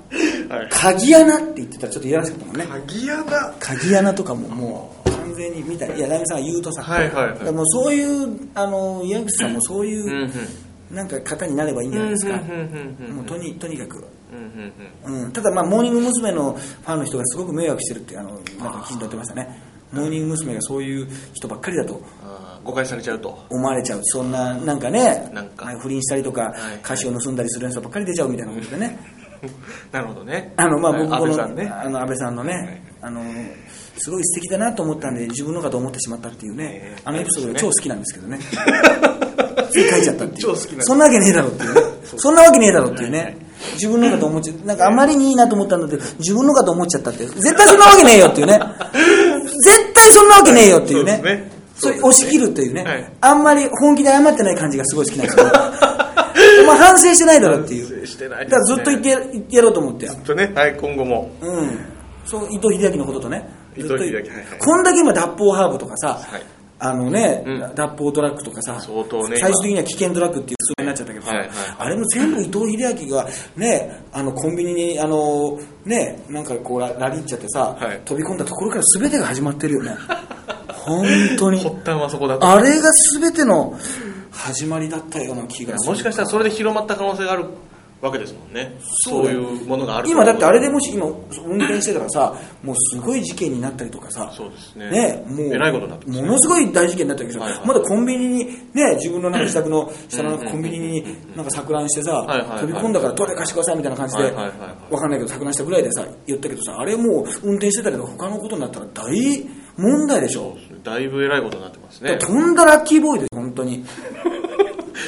[SPEAKER 2] い
[SPEAKER 1] 鍵穴って言ってたらちょっといやらしかったもんね
[SPEAKER 2] 鍵穴
[SPEAKER 1] 鍵穴とかももう完全に見たいやダミさんが言うとさ、
[SPEAKER 2] はいはいはい
[SPEAKER 1] だからもうそういうあの矢口さんもそういうう、
[SPEAKER 2] んうん
[SPEAKER 1] なんか方になればいいんじゃないですか、
[SPEAKER 2] うんうんうんうんうん
[SPEAKER 1] もうとにとにかく
[SPEAKER 2] うんうんうん
[SPEAKER 1] うん、ただ、まあ、モーニング娘。のファンの人がすごく迷惑してるってあのなんか記事に載ってましたね、モーニング娘。がそういう人ばっかりだと
[SPEAKER 2] あー誤解されちゃうと
[SPEAKER 1] 思われちゃう、そんな、なんかね、
[SPEAKER 2] なんか
[SPEAKER 1] 不倫したりとか、
[SPEAKER 2] い
[SPEAKER 1] 歌詞を盗んだりする人ばっかり出ちゃうみたいなことでね、
[SPEAKER 2] なるほどね
[SPEAKER 1] あのまあ、
[SPEAKER 2] はい
[SPEAKER 1] 僕この
[SPEAKER 2] 安倍さんね
[SPEAKER 1] あの安倍さんのね、あの、すごい素敵だなと思ったんで、自分のかと思ってしまったっていうね
[SPEAKER 2] ええ、
[SPEAKER 1] あのエピソードが超好きなんですけ どね、つい書いちゃったっていう、
[SPEAKER 2] 超好きなんです
[SPEAKER 1] そんなわけねえだろっていうね、そんなわけねえだろっていうね。自分のかと思っちゃなんかあまりにいいなと思ったんだけど、自分のかと思っちゃったって、絶対そんなわけねえよっていうね。絶対そんなわけねえよっていうね。
[SPEAKER 2] そうですね
[SPEAKER 1] それ押し切るというね、
[SPEAKER 2] はい
[SPEAKER 1] あんまり本気で謝ってない感じがすごい好きなんですよ。お前反省してないだろっていう。
[SPEAKER 2] 反省してない
[SPEAKER 1] だ
[SPEAKER 2] ですね
[SPEAKER 1] からずっと言ってや言ってやろうと思って。
[SPEAKER 2] ちょっとねはい今後も
[SPEAKER 1] うん、そう伊藤英明のこととね
[SPEAKER 2] 伊藤
[SPEAKER 1] ずっ
[SPEAKER 2] 英明
[SPEAKER 1] と
[SPEAKER 2] はいはい
[SPEAKER 1] こんだけ今脱法ハーブとかさ、
[SPEAKER 2] はい
[SPEAKER 1] あのね、
[SPEAKER 2] うん
[SPEAKER 1] 脱法ドラッグとかさ
[SPEAKER 2] 相当ね
[SPEAKER 1] 最終的には危険ドラッグっていう普通になっちゃったけどさ、
[SPEAKER 2] はいはい
[SPEAKER 1] あれも全部伊藤英明がねあのコンビニにあのねなんかこうララリーっちゃってさ、
[SPEAKER 2] はい
[SPEAKER 1] 飛び込んだところから全てが始まってる よね本当に
[SPEAKER 2] 発端はそこだと
[SPEAKER 1] あれが全ての始まりだったような気がする
[SPEAKER 2] もしかしたらそれで広まった可能性があるわけですもんね
[SPEAKER 1] そ
[SPEAKER 2] そうう
[SPEAKER 1] だよ
[SPEAKER 2] いうものがある
[SPEAKER 1] 今だってあれ
[SPEAKER 2] で
[SPEAKER 1] でもし今運転してたらさもうすごい事件になったりとかさ
[SPEAKER 2] そうですね
[SPEAKER 1] ねもう
[SPEAKER 2] えらいことになってます
[SPEAKER 1] ものすごい大事件になったけど、
[SPEAKER 2] はいはい
[SPEAKER 1] まだコンビニにね自分のなんか自宅の下のコンビニになんか錯乱してさ、
[SPEAKER 2] いはいはい
[SPEAKER 1] 飛び込んだからどれ貸してくださいみたいな感じで、
[SPEAKER 2] はいはいはいはい
[SPEAKER 1] わかんないけど錯乱したぐらいでさ言ったけどさあれもう運転してたけど他のことになったら大問題でしょ、
[SPEAKER 2] だいぶえらいことになってますね
[SPEAKER 1] とんだラッキーボーイです本当に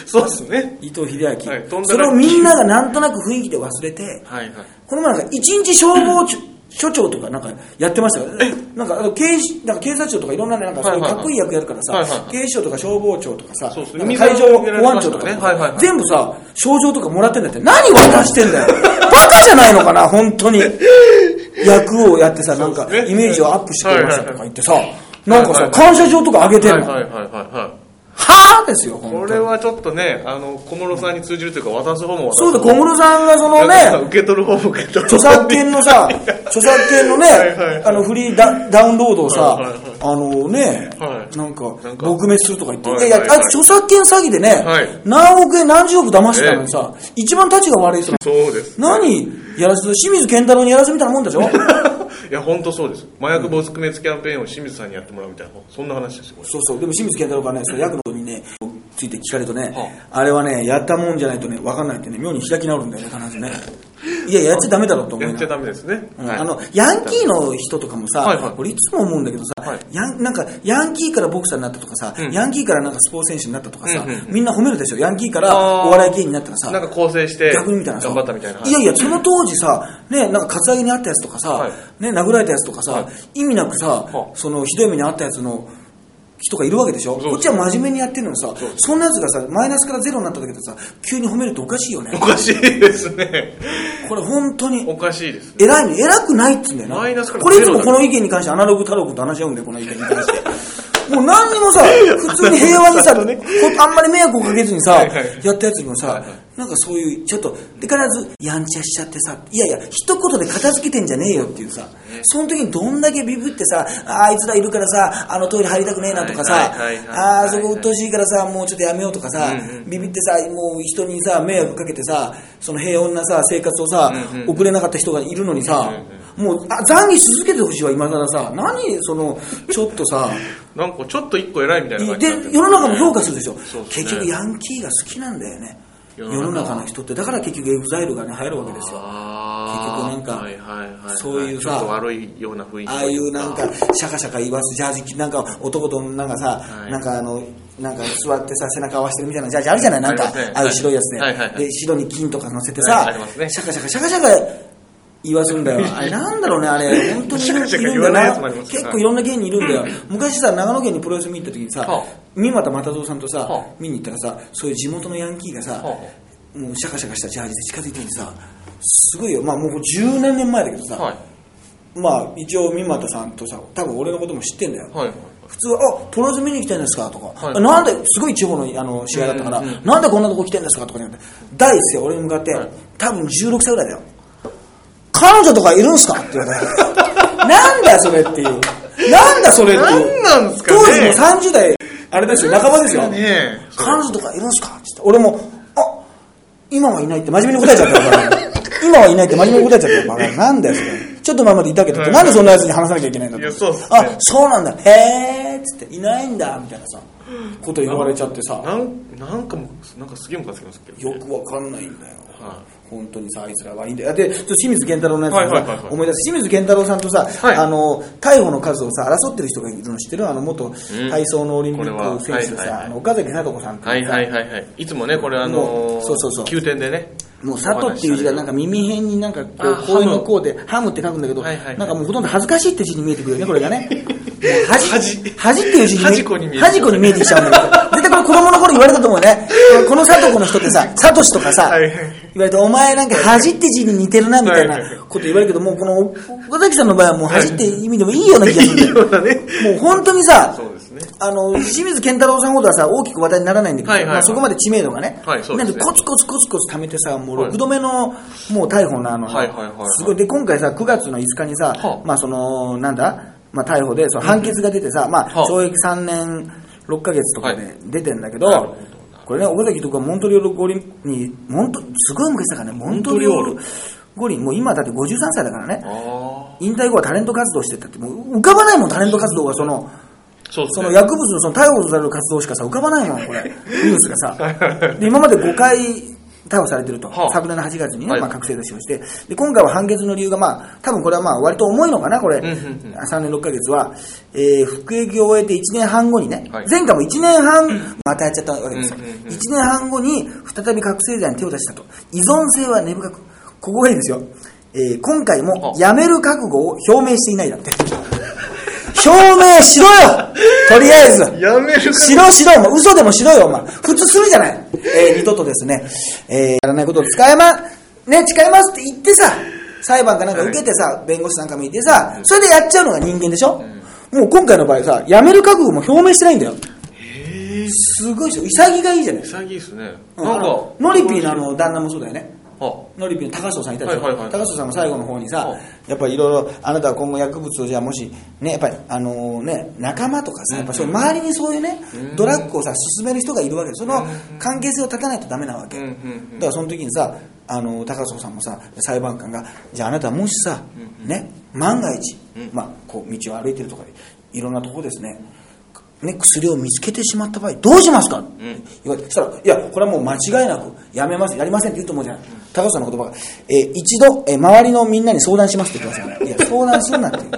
[SPEAKER 2] そうですね
[SPEAKER 1] 伊藤英明、
[SPEAKER 2] はいとんだラッキー
[SPEAKER 1] それをみんながなんとなく雰囲気で忘れて、
[SPEAKER 2] はいはい
[SPEAKER 1] この前なんか一日消防署署長とかなんかやってましたよなんかあの警視なんか警察庁とかいろんなねなんかそういう
[SPEAKER 2] はいはいはい
[SPEAKER 1] かっこいい役やるからさ、
[SPEAKER 2] はいはいはい
[SPEAKER 1] 警視庁とか消防庁とかさ、
[SPEAKER 2] そうそう
[SPEAKER 1] なんか海上保安庁とか、
[SPEAKER 2] ねはいはいはい
[SPEAKER 1] 全部さ賞状とかもらってんだって何渡してんだよバカじゃないのかな本当に役をやってさなんか
[SPEAKER 2] そうですね
[SPEAKER 1] イメージをアップしてくれましたとか言ってさ、
[SPEAKER 2] いはい
[SPEAKER 1] なんかさ、
[SPEAKER 2] はいはい
[SPEAKER 1] 感謝状とかあげてんの、
[SPEAKER 2] はいはいはいはいはい
[SPEAKER 1] はぁですよ、本当に
[SPEAKER 2] これはちょっとね、あの、小室さんに通じるというか、渡す方も渡す
[SPEAKER 1] そうだ、小室さんがその
[SPEAKER 2] なんか
[SPEAKER 1] ね、
[SPEAKER 2] 受け取る方も受け取る
[SPEAKER 1] 著作権の さ、著作権のね
[SPEAKER 2] はいはい、
[SPEAKER 1] あのフリーダダウンロードをさ
[SPEAKER 2] はいはい、
[SPEAKER 1] あのね
[SPEAKER 2] は、い
[SPEAKER 1] なんか
[SPEAKER 2] なんか
[SPEAKER 1] 撲滅するとか言って、い
[SPEAKER 2] はい
[SPEAKER 1] や
[SPEAKER 2] はいい
[SPEAKER 1] や、
[SPEAKER 2] は
[SPEAKER 1] あ
[SPEAKER 2] い
[SPEAKER 1] 著作権詐欺でね
[SPEAKER 2] はい、
[SPEAKER 1] 何億円、何十億騙してたのにさ、一番立ちが悪い人、
[SPEAKER 2] そうです。
[SPEAKER 1] 何やらせ清水健太郎にやらせみたいなもんでしょ
[SPEAKER 2] いや、本当そうです。麻薬撲滅キャンペーンを清水さんにやってもらうみたいな、そんな話ですよ、これ。
[SPEAKER 1] そうそう、でも清水健太郎がね、その役のことにね、ついて聞かれると
[SPEAKER 2] は
[SPEAKER 1] ね、あれはね、やったもんじゃないとね、わかんないってね、妙に開き直るんだよね、必ずね。いや、やっちゃダメだろうと思いな
[SPEAKER 2] や
[SPEAKER 1] が
[SPEAKER 2] っちゃ
[SPEAKER 1] ら。
[SPEAKER 2] ダメですね。
[SPEAKER 1] うん
[SPEAKER 2] はい
[SPEAKER 1] あのヤンキーの人とかもさ、
[SPEAKER 2] はいはい
[SPEAKER 1] 俺いつも思うんだけどさ、
[SPEAKER 2] はい
[SPEAKER 1] ヤンなんかヤンキーからボクサーになったとかさ、
[SPEAKER 2] うん
[SPEAKER 1] ヤンキーからなんかスポーツ選手になったとかさ、
[SPEAKER 2] うんうん
[SPEAKER 1] みんな褒めるでしょ、ヤンキーから
[SPEAKER 2] あー
[SPEAKER 1] お笑い芸人になったらさ、
[SPEAKER 2] なんか構成して、
[SPEAKER 1] 逆にみたいなさ
[SPEAKER 2] 頑張ったみたいな。
[SPEAKER 1] いやいや、その当時さ、ね、なんかカツアゲにあったやつとかさ、
[SPEAKER 2] はい
[SPEAKER 1] ね、殴られたやつとかさ、
[SPEAKER 2] はい
[SPEAKER 1] 意味なくさ、
[SPEAKER 2] はあ
[SPEAKER 1] そのひどい目にあったやつの人がいるわけでしょ、
[SPEAKER 2] そう
[SPEAKER 1] こっちは真面目にやってるのにさ
[SPEAKER 2] そう、
[SPEAKER 1] そんなやつがさ、マイナスからゼロになっただけでさ、急に褒めるとおかしいよね
[SPEAKER 2] お、かしいですね。
[SPEAKER 1] これ本当に。
[SPEAKER 2] おかしいです。
[SPEAKER 1] 偉いね、偉くないっつうんだよな。
[SPEAKER 2] マイナスから
[SPEAKER 1] これいつ
[SPEAKER 2] ゼロ
[SPEAKER 1] も
[SPEAKER 2] だ
[SPEAKER 1] この意見に関してアナログ太郎君と話し合うんだよ、この意見に関して。もう何にもさ、普通に平和にさ、
[SPEAKER 2] なるほどね
[SPEAKER 1] こあんまり迷惑をかけずにさ、
[SPEAKER 2] はいはい
[SPEAKER 1] やったやつにもさ、
[SPEAKER 2] はいは
[SPEAKER 1] なんかそういう、ちょっと、で、必ずやんちゃしちゃってさ、いやいや、一言で片付けてんじゃねえよっていうさ、その時にどんだけビビってさ、ああいつらいるからさ、あのトイレ入りたくねえなとかさ、
[SPEAKER 2] はいはいはいはい
[SPEAKER 1] ああ、そこ鬱陶しいからさ、もうちょっとやめようとかさ、
[SPEAKER 2] うんうん
[SPEAKER 1] ビビってさ、もう人にさ、迷惑かけてさ、その平穏なさ、生活をさ、
[SPEAKER 2] うんうん
[SPEAKER 1] 送れなかった人がいるのにさ、もうあ懺悔し続けてほしいわ、今更さ、何、その、ちょっと さ、
[SPEAKER 2] なんかちょっと一個偉いみたいな感じになっ
[SPEAKER 1] で
[SPEAKER 2] てる
[SPEAKER 1] 世の中も評価するでしょ、
[SPEAKER 2] そうですね
[SPEAKER 1] 結局、ヤンキーが好きなんだよね、世
[SPEAKER 2] 世
[SPEAKER 1] の
[SPEAKER 2] の中
[SPEAKER 1] 中の人って、だから結局、エグザイルがね、流行るわけですよ。
[SPEAKER 2] あー
[SPEAKER 1] 結局なんか
[SPEAKER 2] はいはいはいはい
[SPEAKER 1] そういうさ
[SPEAKER 2] ちょっと悪いような雰囲気と
[SPEAKER 1] ああいうなんか
[SPEAKER 2] は、
[SPEAKER 1] シャカシャカ言わすジャージ着、なんか男となんかさ、
[SPEAKER 2] はい
[SPEAKER 1] なんかあの、なんか座ってさ、背中合わせてるみたいなジャージあるじゃないなんか
[SPEAKER 2] ありますね、
[SPEAKER 1] ああいう白いやつで。
[SPEAKER 2] はいはいはい
[SPEAKER 1] で、白に金とか乗せて
[SPEAKER 2] はい
[SPEAKER 1] さ
[SPEAKER 2] あります、ね
[SPEAKER 1] シャカシャカシャカシャカ言わすんだ よ。あれなんだろうね、あれ。本当にい
[SPEAKER 2] シャカシャカ
[SPEAKER 1] る
[SPEAKER 2] 言
[SPEAKER 1] んだよ
[SPEAKER 2] わないやつもあ
[SPEAKER 1] な。
[SPEAKER 2] ります
[SPEAKER 1] 結構いろんな芸人いるんだよ。昔さ、長野県にプロレス見に行った時にさ
[SPEAKER 2] はあ、
[SPEAKER 1] 三股又蔵さんとさ
[SPEAKER 2] はあ、
[SPEAKER 1] 見に行ったらさ、そういう地元のヤンキーがさ
[SPEAKER 2] あ、は
[SPEAKER 1] もうシャカシャカしたジャージで近づいてきてさ、すごいよ。まあもう10何年前だけど
[SPEAKER 2] あ
[SPEAKER 1] さ、
[SPEAKER 2] はい
[SPEAKER 1] まあ一応三股さんとさ多分俺のことも知ってんだよ、
[SPEAKER 2] はい
[SPEAKER 1] 普通は「あプロレス見に来てんですか?」とか、
[SPEAKER 2] はい
[SPEAKER 1] なんですごい地方のあの試合だったから、
[SPEAKER 2] うんうんう
[SPEAKER 1] なんでこんなとこ来てんですか?」とか言って大ですよ俺に向かって、
[SPEAKER 2] はい
[SPEAKER 1] 多分16歳ぐらいだよ「彼女とかいるんすか?」って言われて 「なんだよそれ」っていう「なんだそれ」っていう
[SPEAKER 2] なんなんすかね
[SPEAKER 1] 当時も30代あれですよ半ばですよ
[SPEAKER 2] ねえ
[SPEAKER 1] 彼女とかいるんすか?」って言って俺も「あ今はいない」って真面目に答えちゃったよバカが今はいないって真面目に答えちゃったよバカがなんだよそれちょっと前までいたけどって
[SPEAKER 2] はい
[SPEAKER 1] なんでそんなやつに話さなきゃいけないんだって
[SPEAKER 2] いやそうっすね
[SPEAKER 1] あそうなんだへえっつって「いないんだ」みたいなさこと言われちゃってさ
[SPEAKER 2] なんなんかもうなんかすげえムカつきますけど
[SPEAKER 1] よ
[SPEAKER 2] ね
[SPEAKER 1] くわかんないんだよ
[SPEAKER 2] は
[SPEAKER 1] 本当にさあいつらはいいんだよでちょっと清水健太郎のやつ
[SPEAKER 2] はいはいはいはい
[SPEAKER 1] 思い出す清水健太郎さんとさ、
[SPEAKER 2] はい
[SPEAKER 1] あの逮捕の数をさ争ってる人がいるの知ってるあの元
[SPEAKER 2] ん
[SPEAKER 1] 体操のオリンピ
[SPEAKER 2] これ
[SPEAKER 1] ッ
[SPEAKER 2] は
[SPEAKER 1] ク選手で
[SPEAKER 2] はいはいは
[SPEAKER 1] さ
[SPEAKER 2] い
[SPEAKER 1] あの岡崎貞子さんって
[SPEAKER 2] はいいう
[SPEAKER 1] さ
[SPEAKER 2] はいはいはいいつもねこれ
[SPEAKER 1] も
[SPEAKER 2] あの
[SPEAKER 1] うそうそうそう
[SPEAKER 2] 9点でね
[SPEAKER 1] もう佐藤っていう字がなんか耳辺になんかこ
[SPEAKER 2] あ
[SPEAKER 1] う公園のこうでハムって書くんだけど、
[SPEAKER 2] はいはいはい
[SPEAKER 1] なんかもうほとんど恥ずかしいって字に見えてくるよねこれが ねもう恥
[SPEAKER 2] 恥
[SPEAKER 1] 恥っていう字
[SPEAKER 2] 恥子に見えてくる
[SPEAKER 1] 恥子に見えてきちゃうんだけど絶対これ子供の頃言われたと思うよねこの佐藤子の人って さ佐藤とかさ、
[SPEAKER 2] はいはい
[SPEAKER 1] 言われてお前なんか恥って字に似てるなみたいな
[SPEAKER 2] はいはい
[SPEAKER 1] こと言われるけどもうこの岡崎さんの場合はもう恥って意味でもいいような気がするんだよ
[SPEAKER 2] いいような
[SPEAKER 1] も
[SPEAKER 2] ね
[SPEAKER 1] う本当にさ
[SPEAKER 2] そうですね
[SPEAKER 1] あの清水健太郎さんほどはさ大きく話題にならないんだけど、
[SPEAKER 2] はいはいはい
[SPEAKER 1] まあ、そこまで知名度がね、
[SPEAKER 2] はいそうです
[SPEAKER 1] な
[SPEAKER 2] ね
[SPEAKER 1] んでコツコツコツコツ貯めてさもう
[SPEAKER 2] はい
[SPEAKER 1] 6度目のもう逮捕のあの、
[SPEAKER 2] はいはいはいはい
[SPEAKER 1] すごいで今回さ9月の5日にさ、
[SPEAKER 2] はあ
[SPEAKER 1] まあそのなんだ、まあ、逮捕でその判決が出てさ、まあ、
[SPEAKER 2] はあ
[SPEAKER 1] 懲役3年6ヶ月とか
[SPEAKER 2] は
[SPEAKER 1] で
[SPEAKER 2] い
[SPEAKER 1] 出てんだけど、
[SPEAKER 2] なるほど
[SPEAKER 1] これね岡崎とかモントリオール五輪にモントすごい昔だからねモントリオール五輪もう今だって53歳だからね
[SPEAKER 2] ああ
[SPEAKER 1] 引退後はタレント活動してたってもう浮かばないもんタレント活動がその。
[SPEAKER 2] そうで
[SPEAKER 1] そ
[SPEAKER 2] す
[SPEAKER 1] の
[SPEAKER 2] ね
[SPEAKER 1] 薬物のその逮捕される活動しかさ浮かばないもん、こ れ、ニュースが
[SPEAKER 2] はい
[SPEAKER 1] さ
[SPEAKER 2] は。
[SPEAKER 1] で今まで5回逮捕されてると、
[SPEAKER 2] はあ
[SPEAKER 1] 昨年の8月にね、
[SPEAKER 2] はい
[SPEAKER 1] まあ、覚醒出しをして、で今回は判決の理由が、まあ多分これはまあ割と重いのかな、これ、
[SPEAKER 2] んうんうん
[SPEAKER 1] 3年6ヶ月は、えー服役を終えて1年半後にね、
[SPEAKER 2] はい
[SPEAKER 1] 前回も1年半、またやっちゃったわけですよ、
[SPEAKER 2] うんうんうん
[SPEAKER 1] 1年半後に再び覚醒剤に手を出したと、依存性は根深く、ここがいいんですよ、えー今回も
[SPEAKER 2] は
[SPEAKER 1] やめる覚悟を表明していないだって。表明しろよとりあえず
[SPEAKER 2] やめる
[SPEAKER 1] しろしろもう嘘でもしろよお前普通するじゃない、えー二度とですね、えーやらないことを使えまね誓いますって言ってさ裁判かなんか受けてさ弁護士なんかもいてさそれでやっちゃうのが人間でしょ、もう今回の場合さやめる覚悟も表明してないんだよ
[SPEAKER 2] え潔い
[SPEAKER 1] すごいでしょ潔がいいじゃないですか
[SPEAKER 2] 潔いですね
[SPEAKER 1] う
[SPEAKER 2] な
[SPEAKER 1] あ
[SPEAKER 2] んか
[SPEAKER 1] のノリピーのあの旦那もそうだよね
[SPEAKER 2] あ
[SPEAKER 1] ノリピーの高翔さんいたでしょ、
[SPEAKER 2] はいはいはい
[SPEAKER 1] 高翔さんも最後の方にさ、
[SPEAKER 2] はい
[SPEAKER 1] やっぱりいろいろあなたは今後薬物をじゃあもしねやっぱりあのね仲間とかさやっぱそういう周りにそういうね、ドラッグをさ勧める人がいるわけでその関係性を立たないとダメなわけ、
[SPEAKER 2] うんうんう
[SPEAKER 1] だ
[SPEAKER 2] ん
[SPEAKER 1] からその時にさあの高曽さんもさ裁判官がじゃああなたもしさ、ね万が一、まあ、こう道を歩いてるとかでいろんなとこですねね、薬を見つけてしまった場合どうしますか、って言われてそしたら「いやこれはもう間違いなくやめますやりません」って言うと思うじゃない、高橋さんの言葉が「えー一度、えー周りのみんなに相談します」って言って ますから、いや相談するなって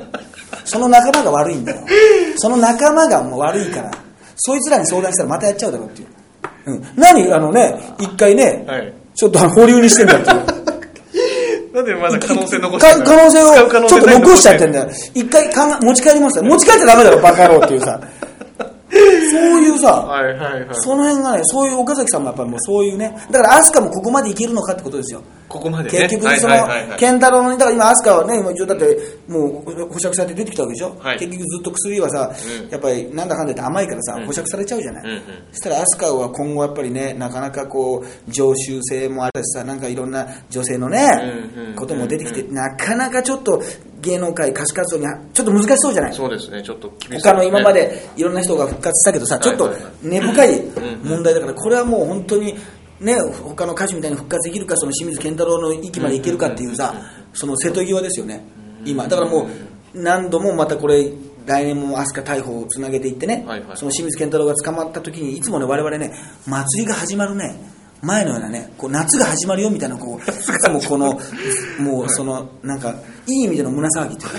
[SPEAKER 1] その仲間が悪いんだよその仲間がもう悪いからそいつらに相談したらまたやっちゃうだろうっていう、うん、何あのね一回ね、
[SPEAKER 2] はい
[SPEAKER 1] ちょっとあの保留にしてんだっていう
[SPEAKER 2] なんでまだ可能性残して
[SPEAKER 1] か
[SPEAKER 2] る
[SPEAKER 1] 可能性
[SPEAKER 2] 使う可能
[SPEAKER 1] をち
[SPEAKER 2] 性
[SPEAKER 1] ょっと
[SPEAKER 2] だけ
[SPEAKER 1] 残しちゃってんだ
[SPEAKER 2] る
[SPEAKER 1] よ一回かん持ち帰りますよ持ち帰っちゃダメだろバカ野郎っていうさそういうさ、
[SPEAKER 2] はいはいはい
[SPEAKER 1] その辺がね、そういう岡崎さんもやっぱりもうそういうね、だから飛鳥もここまでいけるのかってことですよ。
[SPEAKER 2] ここまでね
[SPEAKER 1] 結局その
[SPEAKER 2] はいはいはいはい
[SPEAKER 1] 健太郎のだから今飛鳥はね今一応だってもう保釈されて出てきたわけでしょ、
[SPEAKER 2] はい
[SPEAKER 1] 結局ずっと薬はさ、
[SPEAKER 2] うん
[SPEAKER 1] やっぱりなんだかんだ言って甘いからさ、
[SPEAKER 2] ん
[SPEAKER 1] 保釈されちゃうじゃない、
[SPEAKER 2] うんうん
[SPEAKER 1] そしたら飛鳥は今後やっぱりねなかなかこう常習性もあるしさなんかいろんな女性のね、
[SPEAKER 2] うんうん
[SPEAKER 1] ことも出てきて、なかなかちょっと芸能界歌手活動にはちょっと難しそうじゃない
[SPEAKER 2] そうですねちょっと厳しい
[SPEAKER 1] 他の今ま でいろんな人が復活したけどさ、ちょっと
[SPEAKER 2] はいはいはい
[SPEAKER 1] 根深い
[SPEAKER 2] ん
[SPEAKER 1] 問題だから、これはもう本当に、ね、他の歌手みたいに復活できるか、その清水健太郎の域までいけるかっていうさ、その瀬戸際ですよね、今、だからもう、何度もまたこれ、来年も飛鳥逮捕をつなげていってね、
[SPEAKER 2] はいはい
[SPEAKER 1] その清水健太郎が捕まった時に、いつもね、我々ね、祭りが始まるね、前のようなね、こう夏が始まるよみたいな、 こう、いつもこの、もうその、なんか、いい意味での胸騒ぎっていうか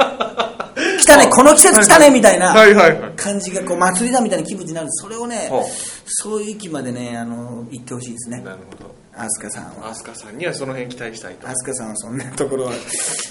[SPEAKER 1] ね。来たね、この季節来たねみたいな
[SPEAKER 2] はいはいはい
[SPEAKER 1] 感じがこう祭りだみたいな気分になるんでそれをね
[SPEAKER 2] はあ
[SPEAKER 1] そういう域までねあの言ってほしいですね
[SPEAKER 2] なるほど
[SPEAKER 1] 飛鳥さんは
[SPEAKER 2] 飛鳥さんにはその辺期待したいと
[SPEAKER 1] 飛鳥さんはそんなところ は
[SPEAKER 2] 期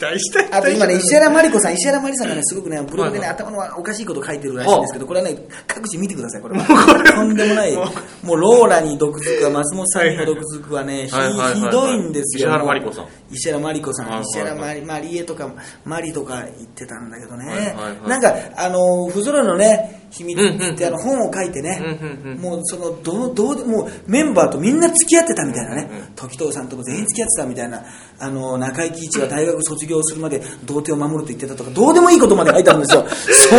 [SPEAKER 2] 待したい
[SPEAKER 1] あと今ね石
[SPEAKER 2] 緒
[SPEAKER 1] 原真理子さん石原真理さんがねすごくねブログでね
[SPEAKER 2] はい
[SPEAKER 1] 頭のおかしいこと書いてるらしいんですけどこれはね各自見てくださいこれは
[SPEAKER 2] これは
[SPEAKER 1] とんでもない
[SPEAKER 2] も
[SPEAKER 1] もうローラに毒づくわ松本さんにも毒づくわねひ
[SPEAKER 2] はいはいはい
[SPEAKER 1] ひどいんですよ
[SPEAKER 2] 石原真理子さん
[SPEAKER 1] 石原真理子さ
[SPEAKER 2] はいは
[SPEAKER 1] ん
[SPEAKER 2] いはい
[SPEAKER 1] 石原真理マリエとかマリとか言ってたんだけど
[SPEAKER 2] はい
[SPEAKER 1] ね
[SPEAKER 2] はいはい
[SPEAKER 1] なんかあの不揃いのね秘密
[SPEAKER 2] うんう
[SPEAKER 1] っ
[SPEAKER 2] んうん
[SPEAKER 1] てあの本を書いてね
[SPEAKER 2] うんうんうん
[SPEAKER 1] もうそのどうどうでもうメンバーとみんな付き合ってたみたいなね
[SPEAKER 2] うんうん
[SPEAKER 1] 時藤さんとも全員付き合ってたみたいなあの中井貴一が大学卒業するまで童貞を守ると言ってたとかどうでもいいことまで書いてあるんです よ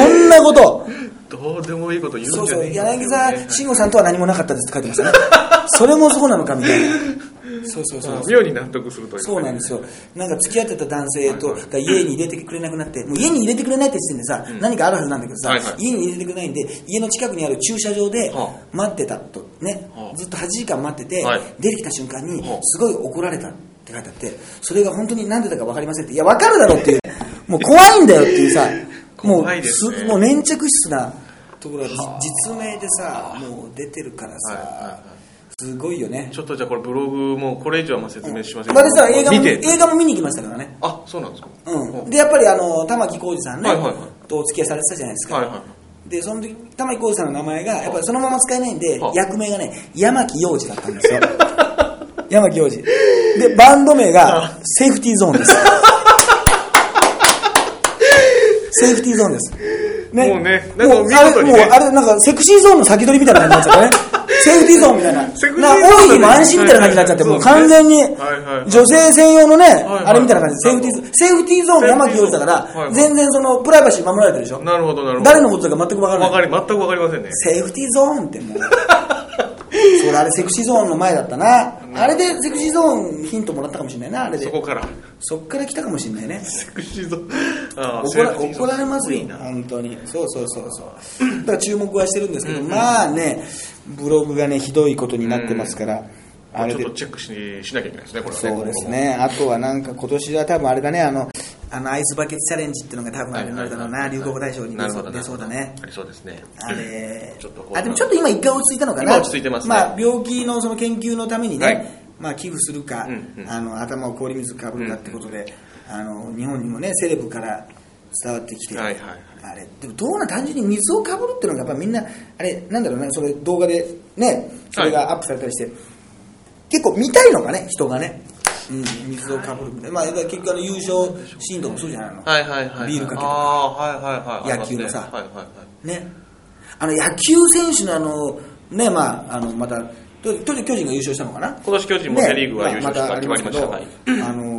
[SPEAKER 1] そんなこと
[SPEAKER 2] どうでもいいこと言
[SPEAKER 1] そ
[SPEAKER 2] うん
[SPEAKER 1] う
[SPEAKER 2] じゃ
[SPEAKER 1] そ
[SPEAKER 2] ね
[SPEAKER 1] う
[SPEAKER 2] え
[SPEAKER 1] 柳沢慎吾さんとは何もなかったですって書いてましたねそれもそうなのかみたい なそうそうそう
[SPEAKER 2] 妙に納得するという
[SPEAKER 1] そうなんですすよなんか付き合ってた男性と
[SPEAKER 2] はいはい
[SPEAKER 1] が家に入れてくれなくなってもう家に入れてくれないって時点でさ、何かあるはずなんだけどさ、
[SPEAKER 2] はいはい
[SPEAKER 1] 家に入れてくれないんで家の近くにある駐車場で
[SPEAKER 2] は
[SPEAKER 1] 待ってたとね、
[SPEAKER 2] はあ
[SPEAKER 1] ずっと8時間待ってて、
[SPEAKER 2] はい
[SPEAKER 1] 出てきた瞬間に
[SPEAKER 2] はあ
[SPEAKER 1] すごい怒られたって書いてあってそれが本当に何でだか分かりませんっていや分かるだろうっていうもう怖いんだよっていうさもう
[SPEAKER 2] 怖いですね
[SPEAKER 1] もう粘着質なところがじ実名でさもう出てるから
[SPEAKER 2] はい
[SPEAKER 1] さ、
[SPEAKER 2] はいはい
[SPEAKER 1] すごいよね
[SPEAKER 2] ちょっとじゃあこれブログもこれ以上はまあ説明しませんけど
[SPEAKER 1] 私さ映画も
[SPEAKER 2] 見て
[SPEAKER 1] 映画も見に行きましたからね
[SPEAKER 2] あそうなんですか
[SPEAKER 1] うん、でやっぱりあの玉置浩二さんね、
[SPEAKER 2] はいはいはい
[SPEAKER 1] とお付き合いされてたじゃないですか、
[SPEAKER 2] はいはい
[SPEAKER 1] でその時玉置浩二さんの名前がやっぱりそのまま使えないんで、
[SPEAKER 2] はい
[SPEAKER 1] 役名がね山木洋二だったん ですよ山木洋二でバンド名がセーフティーゾーンです セーフティーゾーンです
[SPEAKER 2] もうねなんか
[SPEAKER 1] もう
[SPEAKER 2] 見
[SPEAKER 1] あ
[SPEAKER 2] 事
[SPEAKER 1] れ
[SPEAKER 2] に
[SPEAKER 1] もう
[SPEAKER 2] ね
[SPEAKER 1] あれなんかセクシーゾーンの先取りみたいな感じになっちゃっ たねセーフティーゾーンみたいな
[SPEAKER 2] セクシーゾーンだね
[SPEAKER 1] な多い日も安心みたいな感じになっちゃって、
[SPEAKER 2] はい
[SPEAKER 1] も
[SPEAKER 2] は
[SPEAKER 1] う
[SPEAKER 2] い
[SPEAKER 1] 完全に
[SPEAKER 2] はいはい
[SPEAKER 1] 女性専用のね、
[SPEAKER 2] はい
[SPEAKER 1] あれみたいな感じでセーフティーゾーンセーフティーゾーンの山木洋二だから、
[SPEAKER 2] はいはい
[SPEAKER 1] 全然そのプライバシー守られてるでしょ
[SPEAKER 2] なるほどなるほど
[SPEAKER 1] 誰のことだか全く分から
[SPEAKER 2] わ
[SPEAKER 1] ない
[SPEAKER 2] かり全くわかりませんね
[SPEAKER 1] セーフティーゾーンって もうそれあれセクシーゾーンの前だったなあれでセクシーゾーンヒントもらったかもしれないなあれで
[SPEAKER 2] そ
[SPEAKER 1] そ
[SPEAKER 2] こから
[SPEAKER 1] っから来たかもしれないね
[SPEAKER 2] セクシーゾーンあー
[SPEAKER 1] 怒ら
[SPEAKER 2] セクシーゾーン
[SPEAKER 1] 怒られます
[SPEAKER 2] いい
[SPEAKER 1] よ
[SPEAKER 2] な
[SPEAKER 1] 本当にそうそうそうそうだから注目はしてるんですけど、まあねブログがねひどいことになってますから、あれ
[SPEAKER 2] ちょ
[SPEAKER 1] で
[SPEAKER 2] っとチェックししなきゃいけないですねこれはね
[SPEAKER 1] そうですね、あとはなんか今年は多分あれだね、あの、あのアイスバケツチャレンジっていうのが多分あれになるだろうな、流行語大賞に
[SPEAKER 2] な
[SPEAKER 1] 出
[SPEAKER 2] るほ
[SPEAKER 1] そ
[SPEAKER 2] ど
[SPEAKER 1] う出そうだね。
[SPEAKER 2] ありそうですね
[SPEAKER 1] あれ
[SPEAKER 2] ちょっとこう
[SPEAKER 1] あでもちょっと今一回落ち着いたのかな
[SPEAKER 2] 今落ち着いてますね
[SPEAKER 1] まあ、病気のその研究のためにね、
[SPEAKER 2] はい
[SPEAKER 1] まあ、寄付するか、
[SPEAKER 2] うんうん
[SPEAKER 1] あの頭を氷水かぶるかってことで、あの日本にもねセレブから伝わってきて、
[SPEAKER 2] はいはいはい
[SPEAKER 1] あれでもどうなん単純に水をかぶるっていうのがやっぱみんなあれなんだろうねそれ動画でねそれがアップされたりして、結構見たいのかね人がね、うん、水をかぶるみたいな、まあ、だから結局あの優勝シーンとかもそうじゃないの、
[SPEAKER 2] はいはいはい
[SPEAKER 1] ビールかける
[SPEAKER 2] ああーはいはいはい
[SPEAKER 1] 野球のさ
[SPEAKER 2] はいはいはい
[SPEAKER 1] ねあの野球選手のあの、ね、まあ、あの、また、とと巨人が優勝したのかな
[SPEAKER 2] 今年巨人もセ・リーグは優勝した決まりました。はい
[SPEAKER 1] あの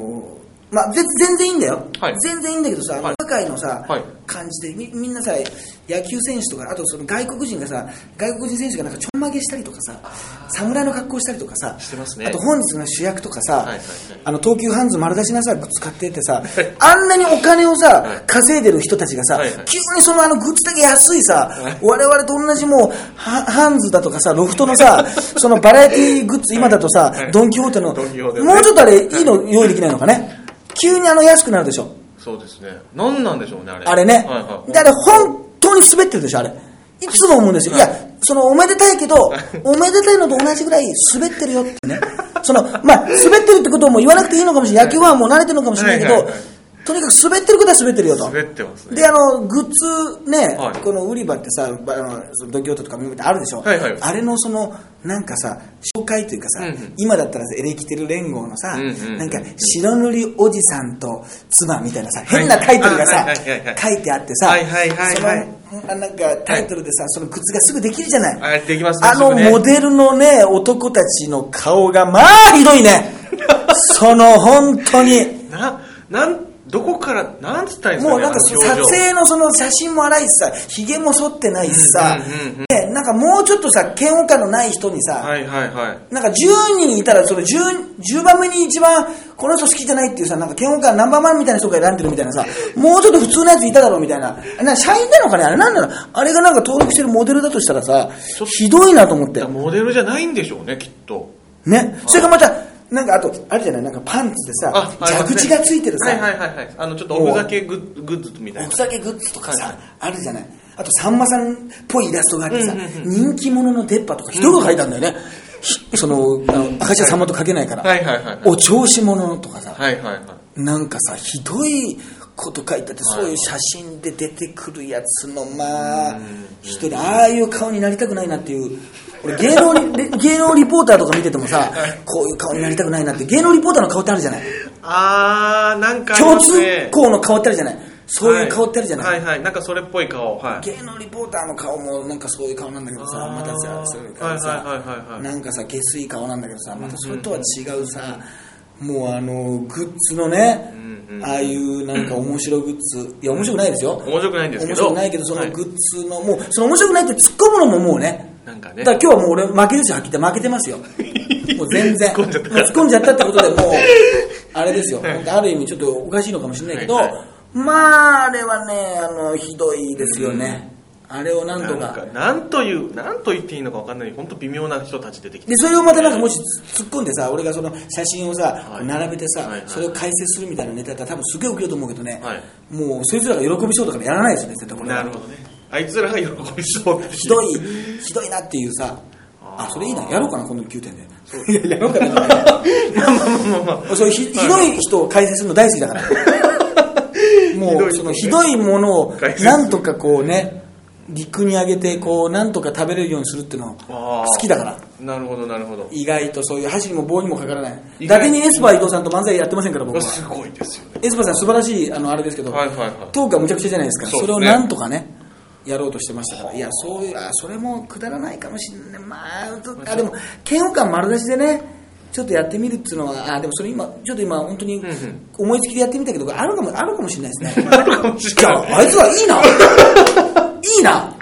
[SPEAKER 1] まあ、ぜ全然いいんだよ、
[SPEAKER 2] はい
[SPEAKER 1] 全然いいんだけどさ、あの
[SPEAKER 2] はい
[SPEAKER 1] 社会のさ、
[SPEAKER 2] はい
[SPEAKER 1] 感じでみみんなさ野球選手とかあとその外国人がさ外国人選手がなんかちょんまげしたりとかさ侍の格好したりとかさ
[SPEAKER 2] してますね
[SPEAKER 1] あと本日の主役とかさ、
[SPEAKER 2] いはいはい
[SPEAKER 1] あの東急ハンズ丸出しなさグッズ買ってってさあんなにお金をさ、
[SPEAKER 2] はい
[SPEAKER 1] 稼いでる人たちがさ、
[SPEAKER 2] はいはい
[SPEAKER 1] 急にそのあのグッズだけ安いさ、
[SPEAKER 2] はい
[SPEAKER 1] 我々と同じもうハハンズだとかさロフトの さそのバラエティグッズ今だとさ、
[SPEAKER 2] はい
[SPEAKER 1] ドン・キホーテの
[SPEAKER 2] ドンキホーテのね
[SPEAKER 1] もうちょっとあれいいの用意できないのかね急にあの安くなるでしょ
[SPEAKER 2] そうですね。何なんでしょうね、あれ。
[SPEAKER 1] あれね、
[SPEAKER 2] はいはい。
[SPEAKER 1] だから本当に滑ってるでしょあれいつも思うんですよ、い、やそのおめでたいけどおめでたいのと同じぐらい滑ってるよってねそのまあ滑ってるってことも言わなくていいのかもしれない野球はもう慣れてるのかもしれないけど、
[SPEAKER 2] はいはいはい
[SPEAKER 1] とにかく滑ってることは滑ってるよと
[SPEAKER 2] 滑ってますね。
[SPEAKER 1] であのグッズね、
[SPEAKER 2] はい
[SPEAKER 1] この売り場ってさばあのそのドン・キホーテとか見るってあるでしょ、
[SPEAKER 2] はいはい
[SPEAKER 1] あれのそのなんかさ紹介というかさ、
[SPEAKER 2] うんうん
[SPEAKER 1] 今だったらさエレキテル連合のさ、
[SPEAKER 2] うんうん
[SPEAKER 1] なんか白塗りおじさんと妻みたいなさ変なタイトルがさ、
[SPEAKER 2] はいはいはいはい
[SPEAKER 1] 書いてあってさ、
[SPEAKER 2] はいはいはいはい
[SPEAKER 1] そのあなんかタイトルでさ、そのグッズがすぐできるじゃない、
[SPEAKER 2] あれできますね。
[SPEAKER 1] あの
[SPEAKER 2] すぐね
[SPEAKER 1] モデルのね、男たちの顔が、まあひどい ね。その本当に。
[SPEAKER 2] な、なん、どこから、なんつったらいいんです
[SPEAKER 1] も
[SPEAKER 2] か
[SPEAKER 1] う
[SPEAKER 2] ね、
[SPEAKER 1] なんか撮
[SPEAKER 2] あの表情
[SPEAKER 1] 影のその写真も荒いしさ、ひげも剃ってないしさ、
[SPEAKER 2] うんうんうん
[SPEAKER 1] ね、なんかもうちょっとさ、嫌悪感のない人にさ、
[SPEAKER 2] はいはいはい。
[SPEAKER 1] なんか10人いたらその 10, 10番目に一番この人好きじゃないっていうさ、なんか嫌悪感ナンバーワンみたいな人が選んでるみたいなさ、もうちょっと普通のやついただろうみたいな、な社員なのかね、あれなんなのあれがなんか登録してるモデルだとしたらさ
[SPEAKER 2] ちょっと、
[SPEAKER 1] ひどいなと思って
[SPEAKER 2] だから。モデルじゃないんでしょうね、きっと。
[SPEAKER 1] ね、それがまた、なんかあと、あれじゃない、なんかパンツでさ、
[SPEAKER 2] あります
[SPEAKER 1] 蛇
[SPEAKER 2] ね
[SPEAKER 1] 口がついてるさ、
[SPEAKER 2] はいはいはいはい。あの、ちょっとおふざけグッグッズみたい
[SPEAKER 1] お
[SPEAKER 2] な
[SPEAKER 1] ふ。ざけグッズとかさ、
[SPEAKER 2] はい
[SPEAKER 1] あるじゃないあとさんまさんっぽいイラストがあってさ、
[SPEAKER 2] うんうん
[SPEAKER 1] 人気者の出っ歯とかひどいこと書いたんだよね、ひそのあの赤ちゃんさんまと書けないから、
[SPEAKER 2] はいはいはい。
[SPEAKER 1] お調子者とかさ、
[SPEAKER 2] はいはいはい。
[SPEAKER 1] なんかさひどいこと書いてあってそういう写真で出てくるやつのまあ一人ああいう顔になりたくないなっていう俺芸能 リ芸能リポーターとか見ててもさこういう顔になりたくないなって芸能リポーターの顔ってあるじゃない
[SPEAKER 2] あー、なんかあり
[SPEAKER 1] 共
[SPEAKER 2] ます
[SPEAKER 1] 通
[SPEAKER 2] ね、
[SPEAKER 1] 項の顔ってあるじゃないそういう顔ってあるじゃない、
[SPEAKER 2] はいはいはい。なんかそれっぽい顔。はい。
[SPEAKER 1] 芸能リポーターの顔もなんかそういう顔なんだけどさ
[SPEAKER 2] あー
[SPEAKER 1] またさそういう顔
[SPEAKER 2] はいはいはいはい
[SPEAKER 1] さ
[SPEAKER 2] はい
[SPEAKER 1] なんかさ下水顔なんだけどさまたそれとは違うさもうあのグッズのね
[SPEAKER 2] うんうん
[SPEAKER 1] ああいうなんか面白グッズいや面白くないですよ
[SPEAKER 2] 面白くないんですけ
[SPEAKER 1] 面
[SPEAKER 2] ど。
[SPEAKER 1] 白くないけどそ
[SPEAKER 2] は
[SPEAKER 1] のグッズのもうその面白くないって突っ込むのももうね
[SPEAKER 2] なんかね
[SPEAKER 1] だから。今日はもう俺負けですよはっきり言って負けて ますよもう全然
[SPEAKER 2] 突っ込んじゃった
[SPEAKER 1] もう突っ込んじゃったってことでもうあれ ですよなんかある意味ちょっとおかしいのかもしれないけど、
[SPEAKER 2] はいは
[SPEAKER 1] まああれはねあのひどいですよね、あれをなん
[SPEAKER 2] な
[SPEAKER 1] と
[SPEAKER 2] ん
[SPEAKER 1] か
[SPEAKER 2] か、なんという、なんと言っていいのかわかんない、本当微妙な人たち出てきて。
[SPEAKER 1] でそれをまたなんかもし突っ込んでさ俺がその写真をさ、
[SPEAKER 2] はい
[SPEAKER 1] こう並べてさ、
[SPEAKER 2] はいはい
[SPEAKER 1] それを解説するみたいなネタだったら多分すげえ受けると思うけどね、
[SPEAKER 2] はい
[SPEAKER 1] もうそいつらが喜びそうだからやらないですよね絶対これは
[SPEAKER 2] なるほどね。あいつらが喜びそうって。
[SPEAKER 1] ひどい、ひどいなっていうさ、あ、それいいな、やろうかな、今度9点で。いや、やろう かな。
[SPEAKER 2] まあまあまあまあまあ。
[SPEAKER 1] そういうひひどい人を解説するの大好きだ から。もう、
[SPEAKER 2] ひどい人ね
[SPEAKER 1] そのひどいものを
[SPEAKER 2] 解、説
[SPEAKER 1] なんとかこうね、陸に上げて、こう、なんとか食べれるようにするっていうの
[SPEAKER 2] あ
[SPEAKER 1] は
[SPEAKER 2] ー
[SPEAKER 1] 好きだから。
[SPEAKER 2] なるほどなるほど。
[SPEAKER 1] 意外とそういう箸にも棒にもかからない。伊
[SPEAKER 2] 意外
[SPEAKER 1] 達にエスパー伊藤さんと漫才やってませんから、僕は。
[SPEAKER 2] すごいですよね。
[SPEAKER 1] エスパーさん素晴らしい、あの、あれですけど、
[SPEAKER 2] はいはいは
[SPEAKER 1] トークがむちゃくちゃじゃないですか、そ
[SPEAKER 2] そうです
[SPEAKER 1] れ
[SPEAKER 2] ね
[SPEAKER 1] をなんとかね、やろうとしてましたから、いや、そういう、あそれもくだらないかもしれない、まあ、どあでも、嫌悪感丸出しでね、ちょっとやってみるっていうのは、あでもそれ今、ちょっと今、本当に
[SPEAKER 2] んうん
[SPEAKER 1] 思いつきでやってみたけど、あるかもあるかもしれないですね。
[SPEAKER 2] い。なるかもし
[SPEAKER 1] い
[SPEAKER 2] れない
[SPEAKER 1] や、あいつはいいな、いいな、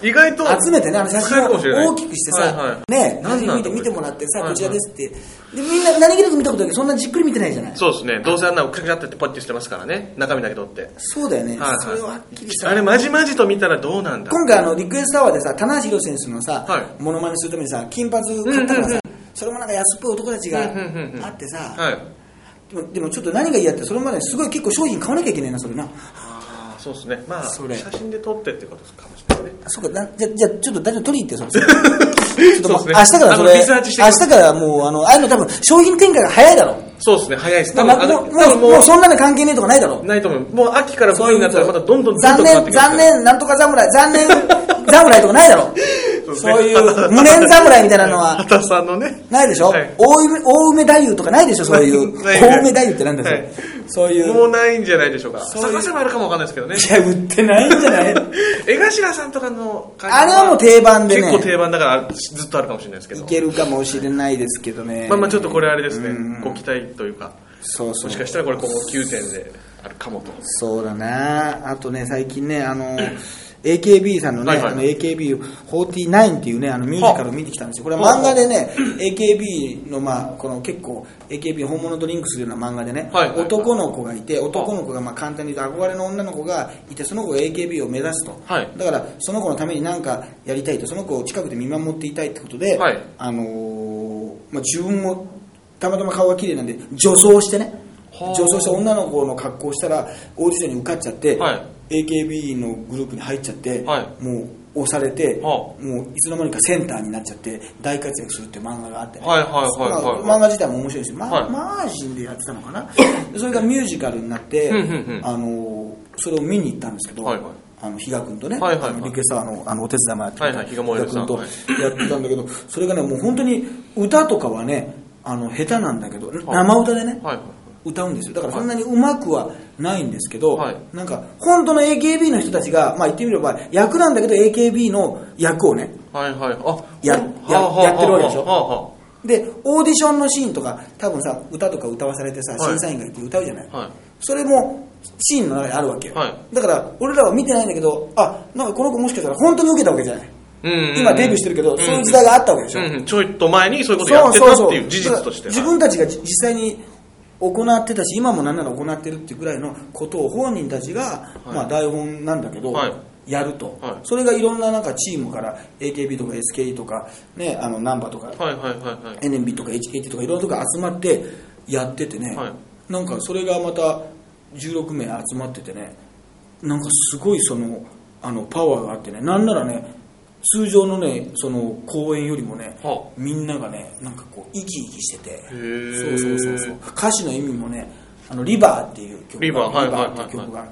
[SPEAKER 2] 意外と
[SPEAKER 1] 集めてね、あの写
[SPEAKER 2] 使え
[SPEAKER 1] 真
[SPEAKER 2] る
[SPEAKER 1] を
[SPEAKER 2] を
[SPEAKER 1] 大きくしてさ、
[SPEAKER 2] はいはい、
[SPEAKER 1] ね、
[SPEAKER 2] 何
[SPEAKER 1] 写
[SPEAKER 2] な
[SPEAKER 1] 真
[SPEAKER 2] ん
[SPEAKER 1] 見
[SPEAKER 2] だ
[SPEAKER 1] て見てもらってさ、
[SPEAKER 2] はいはい
[SPEAKER 1] こちらですって、でみんな何気なく見たことだけど、そんなじっくり見てないじゃない。
[SPEAKER 2] そうですね。どうせあんな追っかけちゃってってパッてしてますからね。中身だけ取って。
[SPEAKER 1] そうだよね、
[SPEAKER 2] はいはい
[SPEAKER 1] それをはっきりさ
[SPEAKER 2] あれ、まじまじと見たらどうなんだ
[SPEAKER 1] 今回あのリクエストアワーでさ棚橋宏選手のさ、
[SPEAKER 2] はい
[SPEAKER 1] モノマネするためにさ金髪買ったから
[SPEAKER 2] うんうんう
[SPEAKER 1] さ
[SPEAKER 2] ん
[SPEAKER 1] それもなんか安っぽい男たちが
[SPEAKER 2] うんうんうん
[SPEAKER 1] あってさ、
[SPEAKER 2] はい。
[SPEAKER 1] でもでもちょっと何が嫌ってそれまですごい結構商品買わなきゃいけないなそれな
[SPEAKER 2] あーそうですね。まあ、
[SPEAKER 1] それ
[SPEAKER 2] 写真で撮ってってことかもしれないね。
[SPEAKER 1] あそうかなじゃじゃあちょっと大丈夫取りに行 ってよそれ ちょっともう
[SPEAKER 2] そう
[SPEAKER 1] 明
[SPEAKER 2] ですね
[SPEAKER 1] 日からそれ
[SPEAKER 2] あのリサーチしてき
[SPEAKER 1] 明
[SPEAKER 2] ます
[SPEAKER 1] 日からもうあのああいうの多分商品展開が早いだろ
[SPEAKER 2] そうですね。早いです。多分、
[SPEAKER 1] まあ
[SPEAKER 2] あ
[SPEAKER 1] も
[SPEAKER 2] の、
[SPEAKER 1] う
[SPEAKER 2] 多
[SPEAKER 1] もう
[SPEAKER 2] 分も
[SPEAKER 1] もうそんなの関係ねえとかないだろ
[SPEAKER 2] う、ないと思う。もう秋から冬になったらまたどんどんどんどん
[SPEAKER 1] 残
[SPEAKER 2] 変わっ
[SPEAKER 1] 念
[SPEAKER 2] てきます
[SPEAKER 1] 残
[SPEAKER 2] か ら。
[SPEAKER 1] 念なんとか侍残念侍とかないだろ
[SPEAKER 2] そうですね
[SPEAKER 1] そういう無念侍みたいなのは
[SPEAKER 2] 畑さんのね
[SPEAKER 1] ないでしょ、
[SPEAKER 2] はい
[SPEAKER 1] 大梅大梅太夫とかないでしょそういう
[SPEAKER 2] ないない
[SPEAKER 1] 大梅太夫ってなんだそれ、
[SPEAKER 2] はい
[SPEAKER 1] そういう
[SPEAKER 2] もうないんじゃないでしょうか
[SPEAKER 1] ういう
[SPEAKER 2] 探せばあるかもわかんないですけどね
[SPEAKER 1] いや売ってないんじゃ ない
[SPEAKER 2] 江頭さんとかの感じ
[SPEAKER 1] あれはもう定番でね
[SPEAKER 2] 結構定番だからずっとあるかもしれないですけ
[SPEAKER 1] い
[SPEAKER 2] ど
[SPEAKER 1] けるかもしれないですけどね
[SPEAKER 2] まあまあちょっとこれあれですね
[SPEAKER 1] うん
[SPEAKER 2] ご期待というか
[SPEAKER 1] そうそう
[SPEAKER 2] もしかしたらこれ今後9点であるかもと
[SPEAKER 1] そうだなあとね最近ねあの AKB さんのね、
[SPEAKER 2] はいはい
[SPEAKER 1] あの AKB49 っていうねあのミュージカルを見てきたんですよこれは漫画でね AKB のまあこの結構 AKB 本物とリンクするような漫画でね、
[SPEAKER 2] はいはいはい
[SPEAKER 1] 男の子がいて男の子がまあ簡単に言うと憧れの女の子がいてその子が AKB を目指すと、
[SPEAKER 2] はい
[SPEAKER 1] だからその子のために何かやりたいとその子を近くで見守っていたいってことで、
[SPEAKER 2] はい
[SPEAKER 1] あのーまあ、自分もたまたま顔が綺麗なんで女装してね
[SPEAKER 2] はあ
[SPEAKER 1] 女装して女の子の格好をしたらオーディションに受かっちゃって、
[SPEAKER 2] は
[SPEAKER 1] AKB のグループに入っちゃって、
[SPEAKER 2] は
[SPEAKER 1] もう押されて、
[SPEAKER 2] は
[SPEAKER 1] もういつの間にかセンターになっちゃって大活躍するっていう漫画があってね、
[SPEAKER 2] はいはいはいはいはい
[SPEAKER 1] まあ漫画自体も面白いし、ま
[SPEAKER 2] はい
[SPEAKER 1] マージンでやってたのかなそれがミュージカルになって、
[SPEAKER 2] うんうんうん
[SPEAKER 1] あのーそれを見に行ったんですけど、
[SPEAKER 2] はいはい
[SPEAKER 1] あの比嘉君とね、
[SPEAKER 2] はいはいはい
[SPEAKER 1] あのリクエストはあのあのお手伝いもやってくれた
[SPEAKER 2] はいはい比嘉もえるさん
[SPEAKER 1] 比嘉君とやってたんだけど、それがねもう本当に歌とかはねあの下手なんだけど生歌でね、
[SPEAKER 2] はいはい
[SPEAKER 1] 歌うんですよだからそんなにうまくはないんですけど、
[SPEAKER 2] はい
[SPEAKER 1] なんか本当の AKB の人たちが、まあ、言ってみれば役なんだけど AKB の役をね
[SPEAKER 2] はいはいあ
[SPEAKER 1] やややってるわけでしょ
[SPEAKER 2] はあは
[SPEAKER 1] でオーディションのシーンとか多分さ歌とか歌わされてさ、
[SPEAKER 2] はい
[SPEAKER 1] 審査員がいて歌うじゃない、
[SPEAKER 2] あはあは
[SPEAKER 1] それもシーンの中にあるわけよ、
[SPEAKER 2] はい
[SPEAKER 1] だから俺らは見てないんだけどあなんかこの子もしかしたら本当に受けたわけじゃない、
[SPEAKER 2] いうんうんうん
[SPEAKER 1] 今デビューしてるけど、そういう時代があったわけでしょ、
[SPEAKER 2] うんうんちょいと前にそういうことやってたっていう事実として
[SPEAKER 1] だから自分たちが実際に行ってたし今も何なら行ってるっていうぐらいのことを本人たちが、
[SPEAKER 2] い
[SPEAKER 1] まあ、台本なんだけど、
[SPEAKER 2] はい
[SPEAKER 1] やると、
[SPEAKER 2] はい
[SPEAKER 1] それがいろんななんかチームから AKB とか SKE とか、ね、あのナンバーとか、
[SPEAKER 2] はいはいはいはい
[SPEAKER 1] NMB とか HKT とかいろんなとこが集まってやっててね、
[SPEAKER 2] はい
[SPEAKER 1] なんかそれがまた16名集まっててねなんかすごいそのあのパワーがあってねなんならね通常のねその公演よりもね、
[SPEAKER 2] は
[SPEAKER 1] みんながねなんかこう生き生きしてて
[SPEAKER 2] ー
[SPEAKER 1] そうそうそうそう歌詞の意味もねあのリバーっていう曲
[SPEAKER 2] リバーはいはいはいはい
[SPEAKER 1] っていう曲が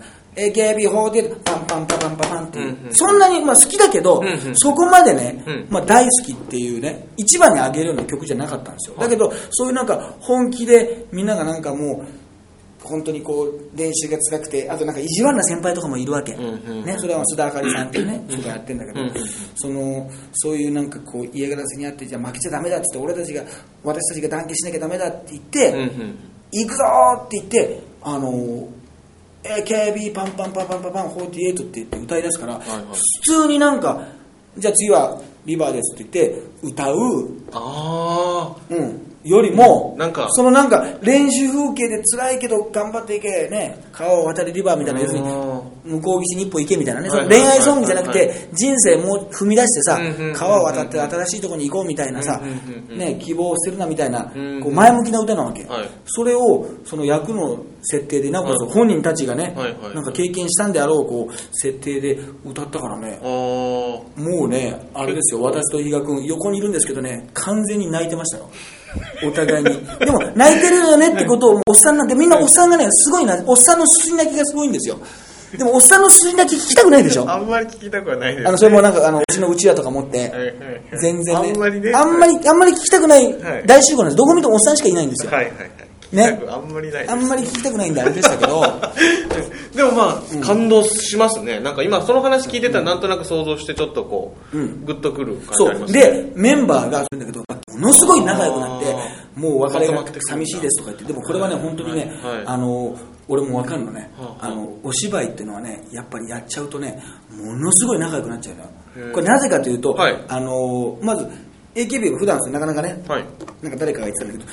[SPEAKER 1] AKB48 パンパンパパンパパンっていう、
[SPEAKER 2] うんうん
[SPEAKER 1] そんなに、まあ、好きだけど、
[SPEAKER 2] うんうん
[SPEAKER 1] そこまでね、
[SPEAKER 2] うん
[SPEAKER 1] まあ、大好きっていうね一番に上げるような曲じゃなかったんですよだけどそういうなんか本気でみんながなんかもう本当にこう練習が辛くてあとなんか意地悪な先輩とかもいるわけ、
[SPEAKER 2] んうんうん
[SPEAKER 1] ね、それは須田あかりさんっていうね人がやってんだけど、
[SPEAKER 2] うんうん
[SPEAKER 1] そのそういうなんかこう嫌がらせにあってじゃあ負けちゃダメだっつって俺たちが私たちが団結しなきゃダメだって言って、
[SPEAKER 2] うんうん
[SPEAKER 1] 行くぞーって言って、あのー AKB パンパンパンパンパンパン48って言って歌い出すから、
[SPEAKER 2] いはい
[SPEAKER 1] 普通になんか、じゃあ次はリバーですって言って、歌う、
[SPEAKER 2] ああ
[SPEAKER 1] うん、よりも、
[SPEAKER 2] なんか
[SPEAKER 1] そのなんか練習風景で辛いけど頑張っていけ、ね、川を渡りリバーみたいな、要するに向こう岸に一歩行けみたいなね、そ
[SPEAKER 2] はい
[SPEAKER 1] の
[SPEAKER 2] はい
[SPEAKER 1] 恋
[SPEAKER 2] はいはい
[SPEAKER 1] 愛ソングじゃなく
[SPEAKER 2] はいは
[SPEAKER 1] て、人生もう踏み出してさ
[SPEAKER 2] うんうんうんうん、
[SPEAKER 1] 川を渡って新しいところに行こうみたいなさ
[SPEAKER 2] うんうんうんう、ん
[SPEAKER 1] ね、希望を捨てるなみたいな、
[SPEAKER 2] うんうん
[SPEAKER 1] こう前向きな歌なわけ
[SPEAKER 2] はい。
[SPEAKER 1] それを、その役の設定で、なおかつ本人たちがね
[SPEAKER 2] はいは、い
[SPEAKER 1] なんか経験したんであろう、こう、設定で歌ったからね、
[SPEAKER 2] ああ
[SPEAKER 1] もうね、あれですよ、私と比嘉君、横にいるんですけどね、完全に泣いてましたよ。お互いに。でも、泣いてるよねってことを、おっさんなんて、みんなおっさんがね、すごいな、おっさんのすり泣きがすごいんですよ。でも、おっさんのすり泣き聞きたくないでしょ
[SPEAKER 2] あんまり聞きたくはないです。
[SPEAKER 1] あの、それもなんか、あの、うちのうちわとか持っ
[SPEAKER 2] は
[SPEAKER 1] て、
[SPEAKER 2] いはいはい
[SPEAKER 1] 全然ね。
[SPEAKER 2] あんまりね。
[SPEAKER 1] あんまり、あんまり聞きたくない
[SPEAKER 2] はい
[SPEAKER 1] 大集合なんです。どこ見てもおっさんしかいないんですよ。
[SPEAKER 2] はいはいはい。
[SPEAKER 1] ね
[SPEAKER 2] あんまりないです
[SPEAKER 1] あ。んまり聞きたくないんで、あれでしたけど、
[SPEAKER 2] でもまあ、感動しますね。なんか今その話聞いてたらなんとなく想像してちょっとこう、グッとくる感じ
[SPEAKER 1] そ
[SPEAKER 2] ありま
[SPEAKER 1] う。
[SPEAKER 2] すね。
[SPEAKER 1] で、メンバーが、だけど、ものすごい仲良くなって
[SPEAKER 2] あ、
[SPEAKER 1] もう別れが寂しいですとか言って、でもこれはね、本当にね
[SPEAKER 2] はい、
[SPEAKER 1] あの、俺もわかるのね
[SPEAKER 2] は、あ
[SPEAKER 1] あの、お芝居っていうのはね、やっぱりやっちゃうとね、ものすごい仲良くなっちゃうの
[SPEAKER 2] へ
[SPEAKER 1] よ。
[SPEAKER 2] え
[SPEAKER 1] これなぜかというと
[SPEAKER 2] はい、
[SPEAKER 1] あの、まず、AKB が普段なかなかね、
[SPEAKER 2] はい。
[SPEAKER 1] なんか誰かが言ってたんだけど、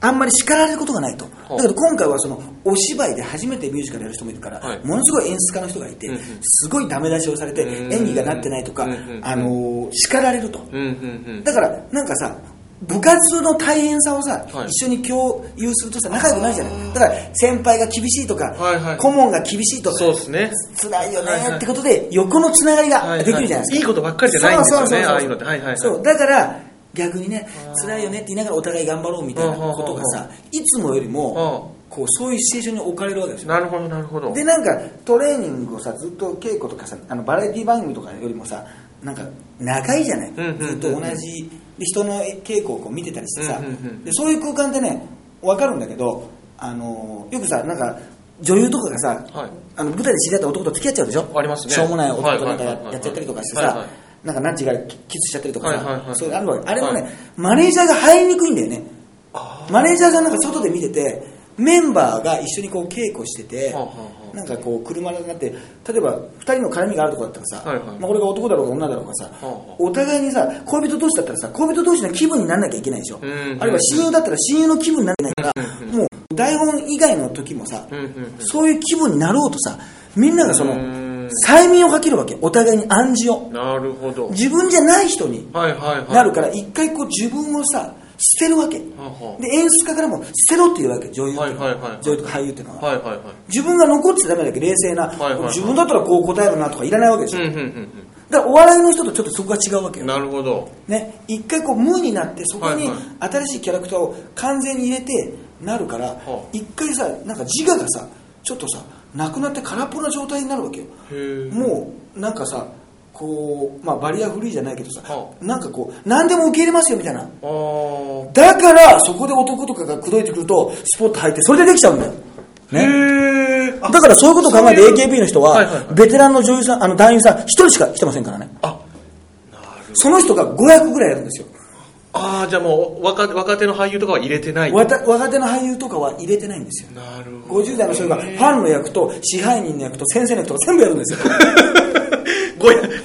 [SPEAKER 1] あんまり叱られることがないと。だけど今回はそのお芝居で初めてミュージカルやる人もいるから、
[SPEAKER 2] はい
[SPEAKER 1] ものすごい演出家の人がいて、
[SPEAKER 2] うんうん
[SPEAKER 1] すごいダメ出しをされて、
[SPEAKER 2] うん
[SPEAKER 1] 演技がなってないとか、
[SPEAKER 2] うんうん
[SPEAKER 1] あのー叱られると。
[SPEAKER 2] うんうん
[SPEAKER 1] だからなんかさ、部活の大変さをさ、
[SPEAKER 2] はい
[SPEAKER 1] 一緒に共有するとさ、仲良くなるじゃない。だから先輩が厳しいとか、
[SPEAKER 2] はいはい
[SPEAKER 1] 顧問が厳しいと
[SPEAKER 2] うん。
[SPEAKER 1] か、
[SPEAKER 2] そうですね。
[SPEAKER 1] 辛いよねってことで横のつながりができるじゃないですか、
[SPEAKER 2] はいはいいいことばっかりじゃないんですよね
[SPEAKER 1] そうそうそうそう
[SPEAKER 2] ああいうのってはいはいはい
[SPEAKER 1] そうだから逆にね辛いよねって言いながらお互い頑張ろうみたいなことが
[SPEAKER 2] うん
[SPEAKER 1] さいつもよりもこうそういうシチュエーションに置かれるわけですよ
[SPEAKER 2] なるほどなるほど。
[SPEAKER 1] でなんかトレーニングをさずっと稽古とかさあのバラエティ番組とかよりもさなんか長いじゃない、
[SPEAKER 2] んうんうんうん
[SPEAKER 1] ずっと同じで人の稽古をこう見てたりしてさ、
[SPEAKER 2] うんうんうん
[SPEAKER 1] でそういう空間ってね分かるんだけど、あのーよくさなんか女優とかがさ、
[SPEAKER 2] はい
[SPEAKER 1] あの舞台で知り合った男と付き合っちゃうでしょ
[SPEAKER 2] ありますね
[SPEAKER 1] しょうもない男となんか
[SPEAKER 2] はいはいはいはい
[SPEAKER 1] やっちゃったりとかして
[SPEAKER 2] はい
[SPEAKER 1] さ
[SPEAKER 2] はい
[SPEAKER 1] なんかナッチがキスしちゃったりとか
[SPEAKER 2] はいはいは
[SPEAKER 1] さ
[SPEAKER 2] い
[SPEAKER 1] そういうのあるわけあれもね、
[SPEAKER 2] はい
[SPEAKER 1] マネージャーが入りにくいんだよね
[SPEAKER 2] あ
[SPEAKER 1] マネージャーがなんか外で見ててメンバーが一緒にこう稽古してて、
[SPEAKER 2] はあはあはあ
[SPEAKER 1] なんかこう車になって例えば2人の絡みがあるとこだったらさ、
[SPEAKER 2] はいはい
[SPEAKER 1] まあ、これが男だろうが女だろうがさ、
[SPEAKER 2] あはあ
[SPEAKER 1] お互いにさ恋人同士だったらさ恋人同士の気分にならなきゃいけないでしょ、
[SPEAKER 2] うんうんうん
[SPEAKER 1] あるいは親友だったら親友の気分にならなきゃいけないから、もう台本以外の時もさ、
[SPEAKER 2] うんうんうん
[SPEAKER 1] そういう気分になろうとさみんながその
[SPEAKER 2] うん
[SPEAKER 1] 催眠をかけるわけお互いに暗示を
[SPEAKER 2] なるほど
[SPEAKER 1] 自分じゃない人に
[SPEAKER 2] はいはいはい
[SPEAKER 1] なるから一回こう自分をさ捨てるわけ、
[SPEAKER 2] はあはあ
[SPEAKER 1] で演出家からも捨てろって言うわけ女優とか、
[SPEAKER 2] はいはいはい
[SPEAKER 1] 女優とか俳優っていうのは、
[SPEAKER 2] はいはいはい
[SPEAKER 1] 自分が残っちゃダメだけど冷静な、
[SPEAKER 2] いはいはい
[SPEAKER 1] 自分だったらこう答えるなとかいらないわけでしょ、
[SPEAKER 2] うんう
[SPEAKER 1] だ
[SPEAKER 2] ん
[SPEAKER 1] からお笑いの人とちょっとそこが違うわけ
[SPEAKER 2] うんう
[SPEAKER 1] よ
[SPEAKER 2] ん、なるほど
[SPEAKER 1] ね、一回こう無になってそこに
[SPEAKER 2] はいはい
[SPEAKER 1] 新しいキャラクターを完全に入れてなるから、
[SPEAKER 2] はあ
[SPEAKER 1] 一回さなんか自我がさちょっとさなくなって空っぽな状態になるわけよ
[SPEAKER 2] へえ
[SPEAKER 1] もうなんかさこう、まあ、バリアフリーじゃないけどさ、
[SPEAKER 2] は
[SPEAKER 1] なんかこう何でも受け入れますよみたいな
[SPEAKER 2] あー
[SPEAKER 1] だからそこで男とかが口説いてくるとスポット入ってそれでできちゃうんだよね
[SPEAKER 2] へえあ
[SPEAKER 1] だからそういうことを考えて
[SPEAKER 2] そういう
[SPEAKER 1] AKB の人は、
[SPEAKER 2] はいはいはい
[SPEAKER 1] ベテランの女優さん、あの団員さん、一人しか来てませんからね。
[SPEAKER 2] あなる
[SPEAKER 1] その人が500ぐらいやるんですよ。
[SPEAKER 2] ああじゃあもう若若手の俳優とかは入れてない
[SPEAKER 1] わた若手の俳優とかは入れてないんですよ。
[SPEAKER 2] なるほど
[SPEAKER 1] 50代の人がフ ァンの役と支配人の役と先生の役とか全部やるんですよ。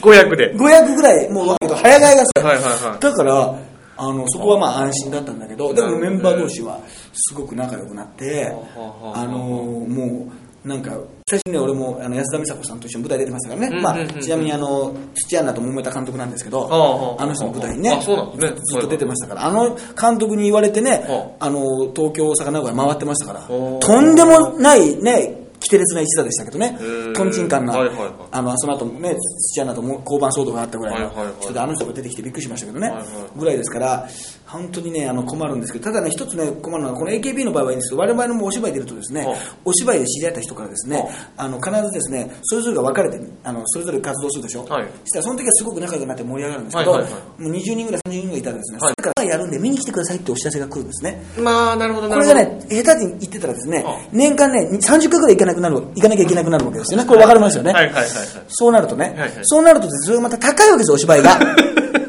[SPEAKER 2] 五役で
[SPEAKER 1] 500ぐらい、もう若いと早替えがする
[SPEAKER 2] はいはいはい
[SPEAKER 1] だから、あの、そこはまあ安心だったんだけど、でも
[SPEAKER 2] なるほど
[SPEAKER 1] メ
[SPEAKER 2] ね
[SPEAKER 1] ンバー同士はすごく仲良くなって
[SPEAKER 2] はあは、あはあ
[SPEAKER 1] あの、もう、なんか、最初にね、俺もあの安田美沙子さんと一緒に舞台出てましたからね、
[SPEAKER 2] うん
[SPEAKER 1] ま
[SPEAKER 2] うん
[SPEAKER 1] あ
[SPEAKER 2] うん、
[SPEAKER 1] ちなみにあの土屋アンナと桃枝監督なんですけど、
[SPEAKER 2] ああああ
[SPEAKER 1] あの人の舞台にね
[SPEAKER 2] あそうなんですね
[SPEAKER 1] ずっと出てましたから、あの監督に言われてね
[SPEAKER 2] は、
[SPEAKER 1] あの東京、大阪、名古屋回ってましたから、
[SPEAKER 2] おー
[SPEAKER 1] とんでもないね、奇天烈な一座でしたけどね
[SPEAKER 2] ー、
[SPEAKER 1] とんちんかんな
[SPEAKER 2] はいはいはい、
[SPEAKER 1] あのその後もね、土屋アンナとも交番騒動があったぐらいの
[SPEAKER 2] はいはいはい
[SPEAKER 1] 人で、あの人が出てきてびっくりしましたけどね、
[SPEAKER 2] はいはい
[SPEAKER 1] ぐらいですから、本当にね、あの困るんですけど、ただね、一つね、困るのは、この AKB の場合はいいんですけど、我々もお芝居出るとですね
[SPEAKER 2] はい、
[SPEAKER 1] お芝居で知り合った人からですね、あの必ずですね、それぞれが分かれて、あのそれぞれ活動するでしょ、
[SPEAKER 2] はい
[SPEAKER 1] したらその時はすごく仲良くなって盛り上がるんですけど、
[SPEAKER 2] はいはいは
[SPEAKER 1] もう20人ぐらい、30人ぐらいいたらですね、
[SPEAKER 2] はい
[SPEAKER 1] それからやるんで見に来てくださいってお知らせが来るんですね。
[SPEAKER 2] まあなるほど
[SPEAKER 1] こ
[SPEAKER 2] なる
[SPEAKER 1] れ
[SPEAKER 2] ほど
[SPEAKER 1] がね、下手に行ってたらですね
[SPEAKER 2] は、
[SPEAKER 1] 年間ね、30回ぐらい行かなくなる、行かなきゃいけなくなるわけですよね。これ分かりますよね。
[SPEAKER 2] はいはいはいはい
[SPEAKER 1] そうなるとね、
[SPEAKER 2] いはい
[SPEAKER 1] そうなるとですねそれがまた高いわけですよ、お芝居 が。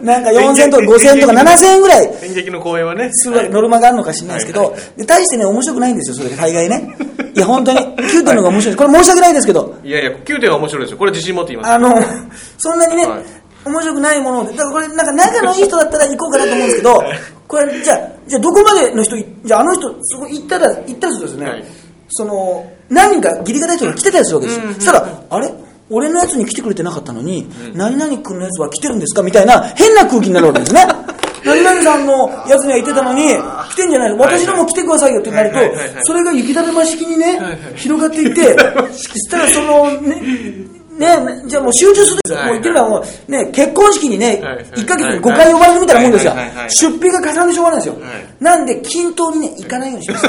[SPEAKER 1] なんか4000とか5000とか7000円ぐらい
[SPEAKER 2] 演劇の公演はね
[SPEAKER 1] するわけ、ノルマがあるのか知らないですけ
[SPEAKER 2] はい
[SPEAKER 1] ど
[SPEAKER 2] はい、
[SPEAKER 1] で大してね、面白くないんですよ、それが大概ね。いや、本当に、キュートの方が面白い。これ申し訳ないですけど、
[SPEAKER 2] いやいや9点は面白いですよこれ自信持って言 います
[SPEAKER 1] あの、そんなにね、
[SPEAKER 2] はい
[SPEAKER 1] 面白くないもので、だからこれ、なんか仲のいい人だったら行こうかなと思うんですけ ど、これ、じゃあ、じゃあどこまでの人い、じゃああの人、そこ行ったら、行ったらするとですね、
[SPEAKER 2] はい
[SPEAKER 1] その、何人か義理がない人が来てたりするわけですよ。
[SPEAKER 2] うんうん
[SPEAKER 1] そしたら、あれ俺のやつに来てくれてなかったのに、何々君のやつは来てるんですかみたいな変な空気になるわけです ね。何々さんのやつには行ってたのに、来てんじゃないの私のも来てくださいよってなると
[SPEAKER 2] はいはいはいは、い
[SPEAKER 1] それが雪だるま式にね
[SPEAKER 2] はいはい、
[SPEAKER 1] 広がっていって、そしたらその、ね、ね、じゃあもう集中するんですよ。
[SPEAKER 2] はい
[SPEAKER 1] もう言ってみればもう、ね、結婚式にね、
[SPEAKER 2] はい
[SPEAKER 1] 1ヶ月
[SPEAKER 2] は
[SPEAKER 1] に
[SPEAKER 2] い
[SPEAKER 1] 5回呼ばれるみたいなもんですよ
[SPEAKER 2] はいはいはい。
[SPEAKER 1] 出費が重なってしょうがないんですよ
[SPEAKER 2] はい。
[SPEAKER 1] なんで、均等にね、行かないようにし ます。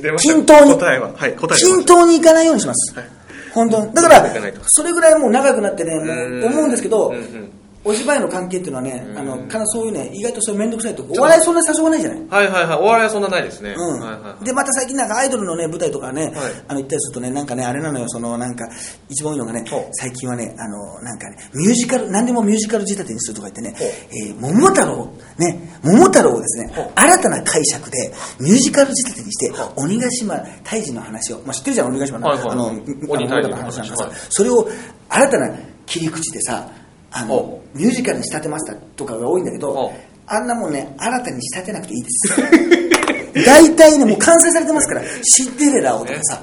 [SPEAKER 2] 出ました
[SPEAKER 1] 均等に。
[SPEAKER 2] 答えははい答え
[SPEAKER 1] 均等に行かないようにします
[SPEAKER 2] はい。
[SPEAKER 1] 本当に。だから
[SPEAKER 2] 行かないと、
[SPEAKER 1] それぐらいもう長くなってね、も
[SPEAKER 2] う
[SPEAKER 1] うん思うんですけど
[SPEAKER 2] うんうん、
[SPEAKER 1] お芝居の関係っていうのはね、あの、かなそういうね、意外とそういう面倒くさいとこ。お笑いそんな誘わないじゃない。
[SPEAKER 2] はいはいはいお笑いはそんなないですねはいはいは
[SPEAKER 1] うん、でまた最近なんかアイドルのね舞台とかね、あの行ったりするとねなんかねあれなのよそのなんか一番多いのがね
[SPEAKER 2] ほう
[SPEAKER 1] 最近はねあのなんかねミュージカル何でもミュージカル仕立てにするとか言って
[SPEAKER 2] ほう
[SPEAKER 1] ね、えー桃太郎ね桃太郎をですね
[SPEAKER 2] ほう
[SPEAKER 1] 新たな解釈でミュージカル仕立てにして鬼ヶ島退治の話をまあ知ってるじゃん鬼ヶ島の、
[SPEAKER 2] はいはい
[SPEAKER 1] あの
[SPEAKER 2] 鬼
[SPEAKER 1] あの
[SPEAKER 2] 退治
[SPEAKER 1] の
[SPEAKER 2] の
[SPEAKER 1] 話
[SPEAKER 2] 話
[SPEAKER 1] なんかさ、
[SPEAKER 2] はい
[SPEAKER 1] それを新たな切り口でさあの
[SPEAKER 2] ほ
[SPEAKER 1] ミュージカルに仕立てましたとかが多いんだけど
[SPEAKER 2] ほ
[SPEAKER 1] あんなもんね新たに仕立てなくていいです 大体ね、もう完成されてますから、シンデレラをとかさ、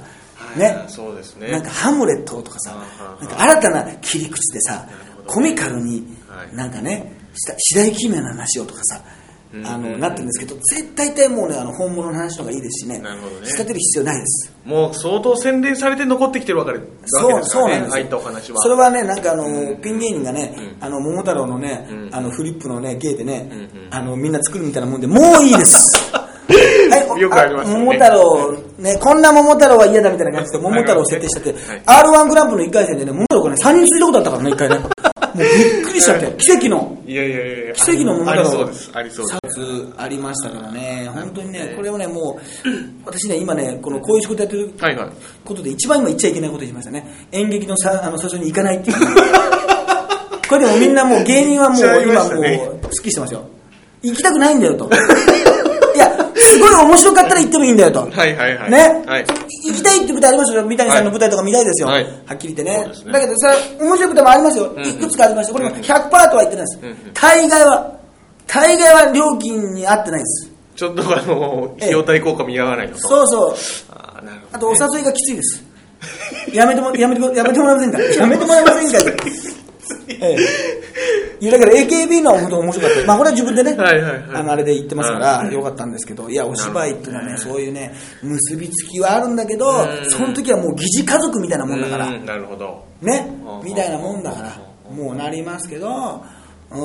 [SPEAKER 2] い
[SPEAKER 1] ね
[SPEAKER 2] あー、そうですね
[SPEAKER 1] なんかハムレットをとかさ
[SPEAKER 2] あ、ー
[SPEAKER 1] なんか新たな切り口でさ
[SPEAKER 2] ほ、ど
[SPEAKER 1] コミカルに
[SPEAKER 2] は、い
[SPEAKER 1] なんかね、した次第奇妙な話をとかさ、あの、なってるんですけど、絶対大体もうね、あの、本物の話の方がいいですしね
[SPEAKER 2] なるほど、ね
[SPEAKER 1] 仕立てる必要ないです。
[SPEAKER 2] もう相当洗練されて残ってきてるわけです
[SPEAKER 1] そうそう
[SPEAKER 2] ね
[SPEAKER 1] なんですよ
[SPEAKER 2] 入ったお話は
[SPEAKER 1] それはねなんかあの、ピン芸人がね、あの桃太郎のね、
[SPEAKER 2] ん
[SPEAKER 1] あのフリップのね芸でね、
[SPEAKER 2] うんうん
[SPEAKER 1] あのみんな作るみたいなもんでもういいですはいお
[SPEAKER 2] よくありますよね
[SPEAKER 1] 桃太郎ねこんな桃太郎は嫌だみたいな感じで桃太郎を設定したって、
[SPEAKER 2] はい
[SPEAKER 1] r 1グランプリの1回戦でね桃太郎がね3人続いたことあったからね1回ねもうびっくりしちゃって、奇跡の。
[SPEAKER 2] いやいやいやいや。
[SPEAKER 1] 奇跡のもの
[SPEAKER 2] あ
[SPEAKER 1] だ
[SPEAKER 2] り
[SPEAKER 1] ろ
[SPEAKER 2] そうです。ありそうです。
[SPEAKER 1] つありましたからね、本当にね、これをね、もう、私ね、今ね、このこういう仕事やってる
[SPEAKER 2] はいはい。
[SPEAKER 1] ことで、一番今言っちゃいけないこと言いましたね、演劇のさあの最初に行かないっていう、これでもみんなもう、芸人はもう、
[SPEAKER 2] 言っちゃいま
[SPEAKER 1] 今
[SPEAKER 2] したね
[SPEAKER 1] もう、すっきりしてますよ、行きたくないんだよと、いや、すごい面白かったら行ってもいいんだよと。
[SPEAKER 2] はいはいはい。
[SPEAKER 1] ね、
[SPEAKER 2] はい。
[SPEAKER 1] 行きたいって舞台ありますよ、三谷さんの舞台とか見たいですよ、は
[SPEAKER 2] はい
[SPEAKER 1] っきり言ってね
[SPEAKER 2] そうですね
[SPEAKER 1] だけど、それは面白い舞台もありますよ、
[SPEAKER 2] ん
[SPEAKER 1] いくつかありました、これも100%とは言ってないです、
[SPEAKER 2] うんうん
[SPEAKER 1] 大概は、大概は料金に合ってないです、
[SPEAKER 2] ちょっとあの、費用対効果見合わないのと。
[SPEAKER 1] そうそう、
[SPEAKER 2] あーなるほどね
[SPEAKER 1] あとお誘いがきついです、やめてもやめてもやめてもらえません か、やめてもらえませんかって、ええ、いやだから AKB のは本当面白かった、まあ、これは自分でね、
[SPEAKER 2] はいはいはい
[SPEAKER 1] あのあれで言ってますか
[SPEAKER 2] は
[SPEAKER 1] ら、
[SPEAKER 2] い
[SPEAKER 1] よかったんですけど、いや、お芝居っていうのは
[SPEAKER 2] な
[SPEAKER 1] ね、
[SPEAKER 2] るほ
[SPEAKER 1] そういうね、結びつきはあるんだけど
[SPEAKER 2] う、ん
[SPEAKER 1] その時はもう疑似家族みたいなもんだから。
[SPEAKER 2] うんなるほど。
[SPEAKER 1] ね
[SPEAKER 2] うん
[SPEAKER 1] みたいなもんだからもうなりますけど、う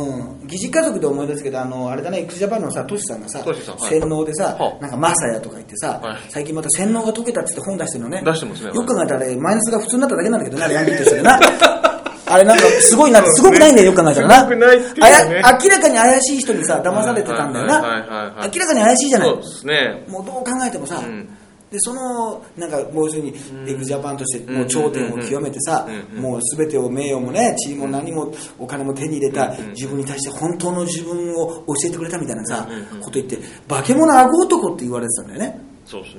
[SPEAKER 1] ん、疑似家族で思い出すけどあのあれだね x ジャパンのさトシさんがさ
[SPEAKER 2] トシさんはい
[SPEAKER 1] 洗脳でさ、
[SPEAKER 2] はあ
[SPEAKER 1] なんかマサヤとか言ってさ、
[SPEAKER 2] はい
[SPEAKER 1] 最近また洗脳が解けたっつって本出してるのね
[SPEAKER 2] 出してますね
[SPEAKER 1] よく考えたらあれマイナスが普通になっただけなんだけどなあれヤンキーとしてな あれなんかすごいなすごくないんだよよく考えたらな
[SPEAKER 2] すごくないっていうね
[SPEAKER 1] あや明らかに怪しい人にさ騙されてたんだよな
[SPEAKER 2] はいはいはいはい
[SPEAKER 1] 明らかに怪しいじゃない
[SPEAKER 2] そうですね。
[SPEAKER 1] もうどう考えてもさ、
[SPEAKER 2] うん
[SPEAKER 1] でそのなんかもう要するにエグジャパンとしてもう頂点を極めてさ、
[SPEAKER 2] うんうん
[SPEAKER 1] もう全てを名誉もね地位も何もお金も手に入れた自分に対して本当の自分を教えてくれたみたいなさ、
[SPEAKER 2] うんうん
[SPEAKER 1] こと言って化け物顎男って言われてたんだよね
[SPEAKER 2] そうです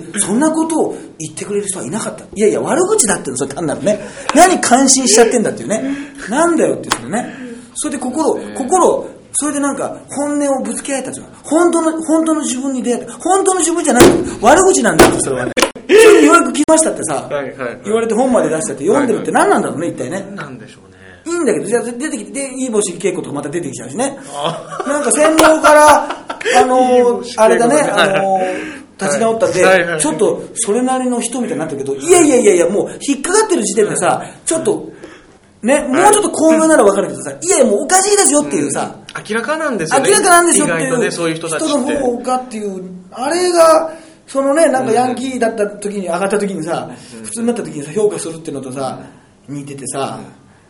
[SPEAKER 2] ね。
[SPEAKER 1] でそんなことを言ってくれる人はいなかったいやいや悪口だってのそれ単なるね何感心しちゃってんだっていうねなんだよっていうそのねそれで心を心をそれでなんか本音をぶつけ合えたじゃん本当の本当の自分に出会えた本当の自分じゃない悪口なんだよそれはねそれにようやく聞きましたってさ、
[SPEAKER 2] はいはいはい
[SPEAKER 1] 言われて本まで出したって読んでるって何なんだろうね一体ね
[SPEAKER 2] なんでしょうね。
[SPEAKER 1] いいんだけど、じゃあ出てきて、いい帽子稽古とかまた出てきちゃうしね。
[SPEAKER 2] あ
[SPEAKER 1] なんか洗脳 から、あ
[SPEAKER 2] いい帽
[SPEAKER 1] の
[SPEAKER 2] 子稽古ね
[SPEAKER 1] あれだね、
[SPEAKER 2] はい
[SPEAKER 1] あの立ち直ったんで、
[SPEAKER 2] はいはい
[SPEAKER 1] ちょっとそれなりの人みたいになってるけど、いやいやいやいや、もう引っかかってる時点でさ、ちょっと、ね、もうちょっと巧妙ならわかるけど さ、いやいや、もうおかしいですよっていうさ、
[SPEAKER 2] 明らかなんですよね。
[SPEAKER 1] 明らかなんですよって
[SPEAKER 2] 意外と
[SPEAKER 1] い
[SPEAKER 2] ね、
[SPEAKER 1] う
[SPEAKER 2] そういう人たちって。
[SPEAKER 1] の方がっていうあれがそのねなんかヤンキーだった時に上がった時にさ、普通になった時にさ評価するっていうのとさ似ててさ、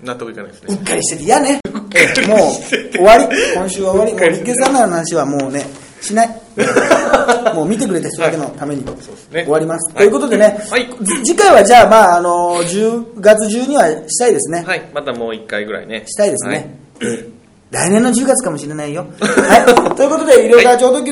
[SPEAKER 2] 納得いかないです
[SPEAKER 1] う
[SPEAKER 2] ね。
[SPEAKER 1] っかりしてて嫌ね。もう終わり。今週は終わり。もう日経さんの話はもうね、しない。もう見てくれた人だけのために
[SPEAKER 2] すね
[SPEAKER 1] 終わります。
[SPEAKER 2] は
[SPEAKER 1] とい
[SPEAKER 2] い
[SPEAKER 1] うことでね、
[SPEAKER 2] はい
[SPEAKER 1] じ次回はじゃあ、まあ、あの、10月12はしたいですね。
[SPEAKER 2] はい。またもう一回ぐらいね。
[SPEAKER 1] したいですね。来年の10月かもしれないよ。はい。ということで、医療課長時